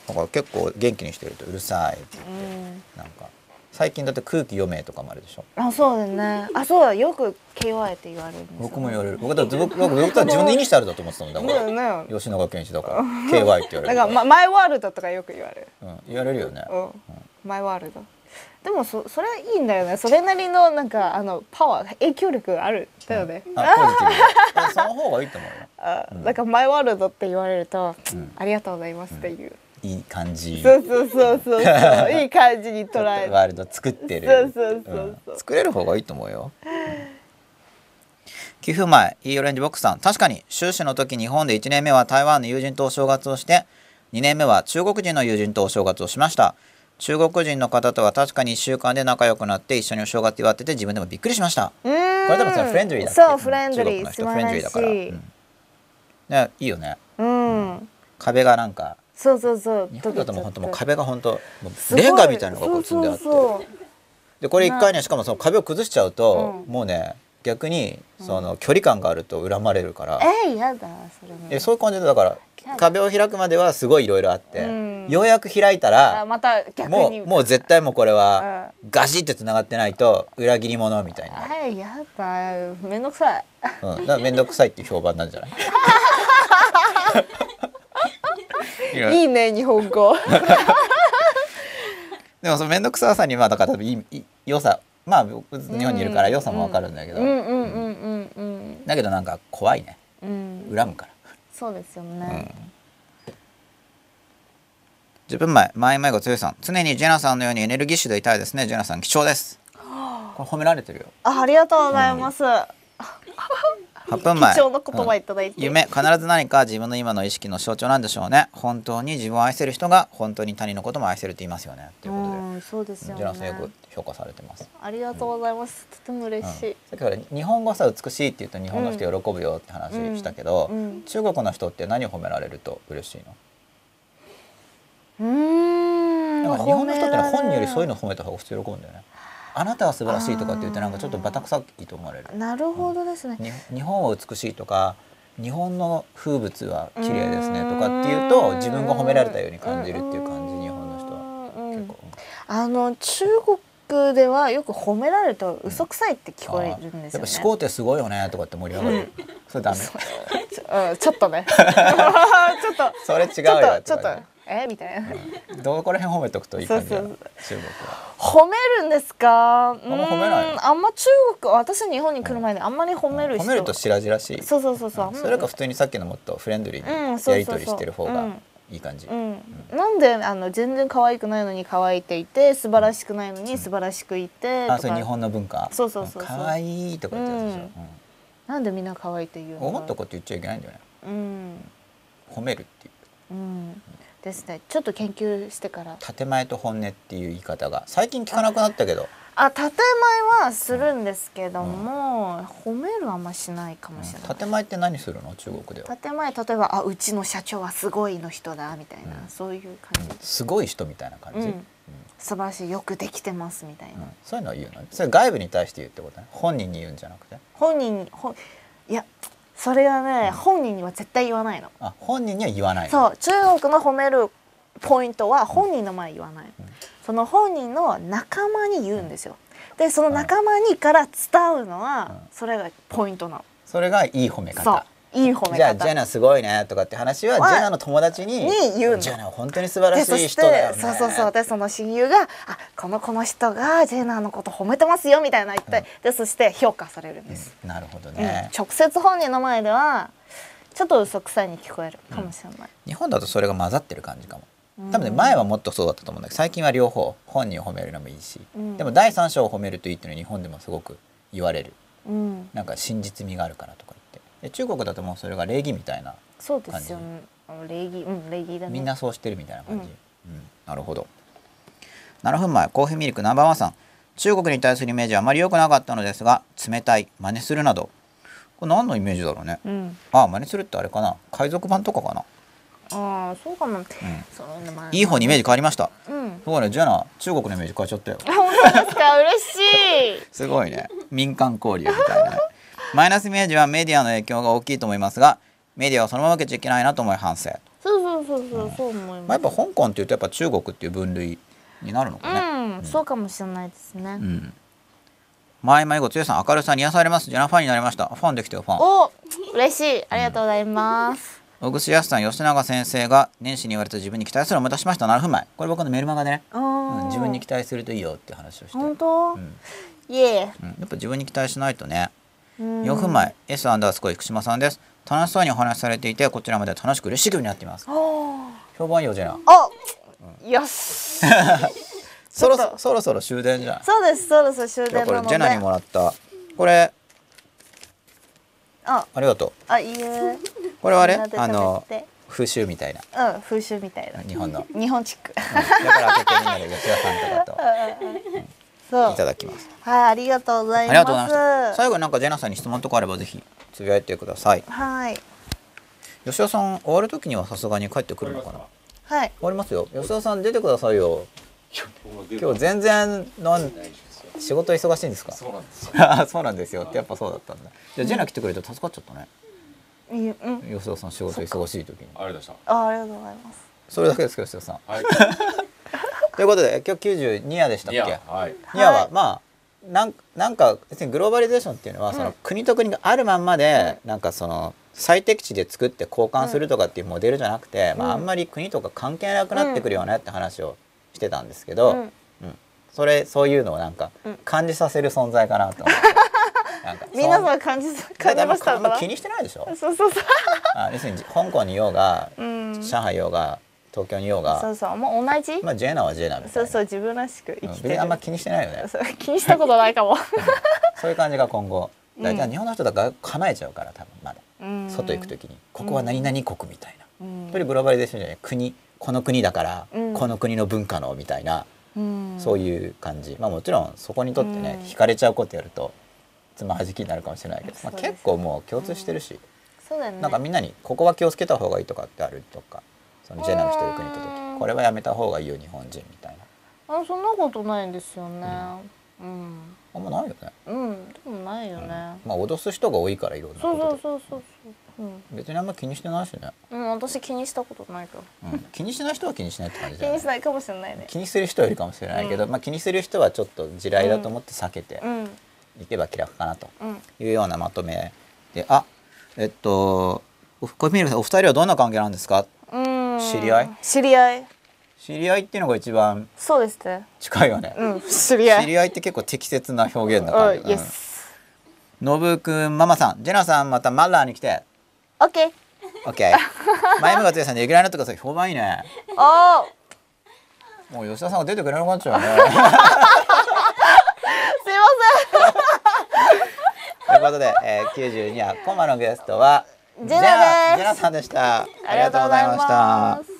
だから結構元気にしてるとうるさいってうんなんか最近だって空気読めとかもあるでしょあそうだねあそうだよく KY って言われるんですよ僕も言われる僕だって僕僕僕は自分のイニシャルだと思ってたもんだから、ねね吉永健一だから KY って言われなんるか、ま、マイワールドとかよく言われるうん、言われるよね、うんマイワールドでもそそれいいんだよねそれなりのなんかあのパワー影響力あるだよね、あポジティブだその方がいいと思うよあなんかマイワールドって言われると、ありがとうございますっていう、いい感じそうそうそうそうそういい感じに捉 えてワールド作ってるそうそうそうそううん作れる方がいいと思うよ、寄付前イーオレンジボックスさん確かに修士の時日本で1年目は台湾の友人とお正月をして2年目は中国人の友人とお正月をしました中国人の方とは確かに1週間で仲良くなって一緒にお正月祝ってて自分でもびっくりしましたうーんこれでもさフレンドリーだってそうフレンドリ中ー国の素人フ晴レンドリらーだしから、いうんねいいよねうん、壁がなんかそうそうそう日本だともう本当もう溶けちゃって壁が本当もすうごいレンガみたいなのがこう積んであってそうそうでこれ一回ねしかもその壁を崩しちゃうと、うもうね逆にその距離感があると恨まれるから、そうえー、やだそれもえそういう感じでだからやだ壁を開くまではすごいいろいろあって、うんようやく開いたあらまた逆にもうもう絶対もうこれはガシッてつながってないと裏切り者みたいな、えー、やだめんどくさいうん、だから面倒くさいっていう評判な んじゃないいろいろいいね日本 語でもその面倒くささにまあだからいいいい良さまあ僕日本にいるから良さもわかるんだけど、うんうんうんうんうんだけどなんか怖いねうん恨むからそうですよね、 10分前前前が強いさん常にジェナさんのようにエネルギッシュでいたいですねジェナさん貴重ですこれ褒められてるよあありがとうございます、 8分前貴重な言葉いただいて夢必ず何か自分の今の意識の象徴なんでしょうね本当に自分を愛せる人が本当に他人のことも愛せるって言いますよねということで、うんそうですよジェナさんよねく評価されてますありがとうございます、とても嬉しい、だから日本語さ美しいって言うと日本の人喜ぶよって話したけど、うんうん中国の人って何を褒められると嬉しいのうーんなんか日本の人ってのは本人よりそういうのの褒めた方が普通喜ぶんだよねあなたは素晴らしいとかって言ってなんかちょっとバタ臭いと思われるなるほどですね。に日本は美しいとか日本の風物は綺麗ですねとかっていうと自分が褒められたように感じるっていう感じ日本の人はは結構、あの中国ではよく褒められると嘘くさいって聞こえるんですやよっねぱ。思考ってすごいよねとかって盛り上がる、それダメそちょ うんちょっと ね。ちょっとれ違うちょっよとちょとっとか、ね、えみたいな。どこら辺褒めとくといい感じだそうそう中国は褒めるんですか。あんま褒めないあんま中国私日本に来る前であんまり褒める人。褒めると白々しいそうそうそうそう。それか普通にさっきのもっとフレンドリうーんにそうそうそうやり取りしてる方がいい感じ、うん、なんであの全然可愛くないのに可愛いっていて素晴らしくないのに素晴らしくいてあとそれ日か本の文化そうそうそうそうんかわいいとか言ってるでしょ、なんでみんな可愛いって言ううん、思っのたこと言っちゃいけないんだよねうん、褒めるっていううん、ですねちょっと研究してから建前と本音っていう言い方が最近聞かなくなったけどあ建前はするんですけども、褒めるはあんましないかもしれない、建前って何するの中国では建前例えばあうちの社長はすごいの人だみたいな、うんそういう感じ、すごい人みたいな感じ、うんうん素晴らしいよくできてますみたいな、うんそういうのは言うのそれ外部に対して言うってことね本人に言うんじゃなくて本人にほいやそれはね、本人には絶対言わないのあ本人には言わないのそう中国の褒めるポイントは本人の前言わない、その本人の仲間に言うんですよでその仲間にから伝うのは、うんそれがポイントなの、それがいい褒めそう方いい褒めじゃあジ方ェナすごいねとかって話ははジェナの友達にに言うのジェナは本当に素晴らでしそいし人だよてねそうそうそうでその親友が「あこのこの人がジェナのこと褒めてますよ」みたいな言って、でそして評価されるんです、なるほどうんね、直接本人の前ではちょっと嘘くさいに聞こえるかもしれない、日本だとそれが混ざってる感じかも多分ね前はもっとそうだったと思うんだけど最近は両方本人を褒めるのもいいし、うんでも第三者を褒めるといいっていうのは日本でもすごく言われるうん、なんか真実味があるからとか言ってで中国だともうそれが礼儀みたいなそうですよね礼儀うん礼儀だねみんなそうしてるみたいな感じ、うんなるほど7分前コーヒーミルクナンバーワンさん中国に対するイメージはあまり良くなかったのですが冷たい真似するなどこれ何のイメージだろうね、うんあ真似するってあれかな海賊版とかかな、ああそうかも、うんそのまあいい方にイメージ変わりましたうんそうねじゃあな中国のイメージ変えちゃったよ本当です か嬉しいすごいね民間交流みたいなね マイナスイメージはメディアの影響が大きいと思いますがメディアはそのまま受けちゃいけないなと思い反省、まそうそうそうそうそう思いあ、やまっぱ香港っていうとやっぱ中国っていう分類になるのかね、すうんそうかもしれないですね、うん。前前後つよさん明るさに癒されます。ジェナファンになりました。ファンできてよファン。お嬉しいありがとうございます小串康さん吉永先生が年始に言われた自分に期待するのを思い出しました。なるふまい。これ僕のメルマガでね、ううんん自分に期待するといいよっていう話をして。本当、うんいえうん、やっぱ自分に期待しないとね。うん4分前 S アンダースコイ福島さんです。楽しそうにお話しされていてこちらまで楽しく嬉しい気分になっています。お評判いいよジェナ。あよしそろそそろそろ終電じゃん。そうですそうです終いや電こなれのジでェナにもらった。これあありがとう。あいいえこれはねみんなで食べてあの風習みたいなうん風習みたいな日本の。日本地区だから開けてみんなで吉田さ んとかそとういただきます。はいありがとうござあいりますがとうございました。最後になんかジェナさんに質問とかあればぜひつぶやいてください。はい吉田さん終わる時にはさすがに帰ってくるのかな。終はいわりますよ。吉田さん出てくださいよ。今日全全然なん仕事忙しいんですか。そうなんですよ。あ そうなんですよってやっぱそうだったんだ。じゃあジェナ来てくれて助かっちゃったね。いいうん吉田さん仕事忙しい時に。ありがとうございあありがとうございますそれだけですか吉田さん。ま した。はということで今日92夜でしたい。っいけ。や、はい。いやははいまあなんなんか別にグローバリゼーションっていうのは、その国と国があるまんまで、なんかその最適地で作って交換するとかっていうモデルじゃなくて、まあ、あんまり国とか関係なくなってくるよねって話をしてたんですけど、うんうんそれそういうのをなんかうん感じさせる存在かなと思って。 なんか皆そさん感じだ感ってあじんまましたあんまか気にしてないでしょそうそうそうあ要するに香港にいようが、うん上海いようが東京にいようそがうそうもう同じまあジェナはジェナみたいなそうそう自分らしく生うんき別てにるあんま気にしてないよねそう気にしたことないかもそういう感じが今後ん大体日本の人とか構えちゃうから多分まだうん 外行く時にここは何々国みたいなうやんっぱりグローバリゼーションじゃない国この国だからうんこの国の文化のみたいなうんそういう感じまあもちろんそこにとってねうん惹かれちゃうことやるとつまはじきになるかもしれないけどまあそうです結構もう共通してるしそうだよねなんかみんなにここは気をつけた方がいいとかってあるとかそのジェナのしてる国とうんこれはやめた方がいいよ日本人みたいなあそんなことないんですよねうんあんまないよね、うんでもないよね、まあ脅す人が多いからいろんなことそうでそうそうそうそううん、別にあんま気にしてないしね、うん、私気にしたことないけどうん、気にしない人は気にしないって感じ気だよにねしないかもしれないね気にする人はいるかもしれないけど、うまあ、気にする人はちょっと地雷だと思って避けてうんうんいけば気楽かなというようなまとめであえっとお小宮さんお二人はどんな関係なんですかうん知り合い知り合い知り合いっていうのが一番そうですね近いよね、うん知り合い知り合いって結構適切な表現だから、うん、イエスのぶくんママさんジェナさんまたマラーに来てオッケー OK 前向がさんレギュラーになってください評判いいねおーもう吉田さんが出てくれなくなっちゃうねすいまということで、えー、92話コマのゲストはジェナですジェナさんでしたせんありがとうございます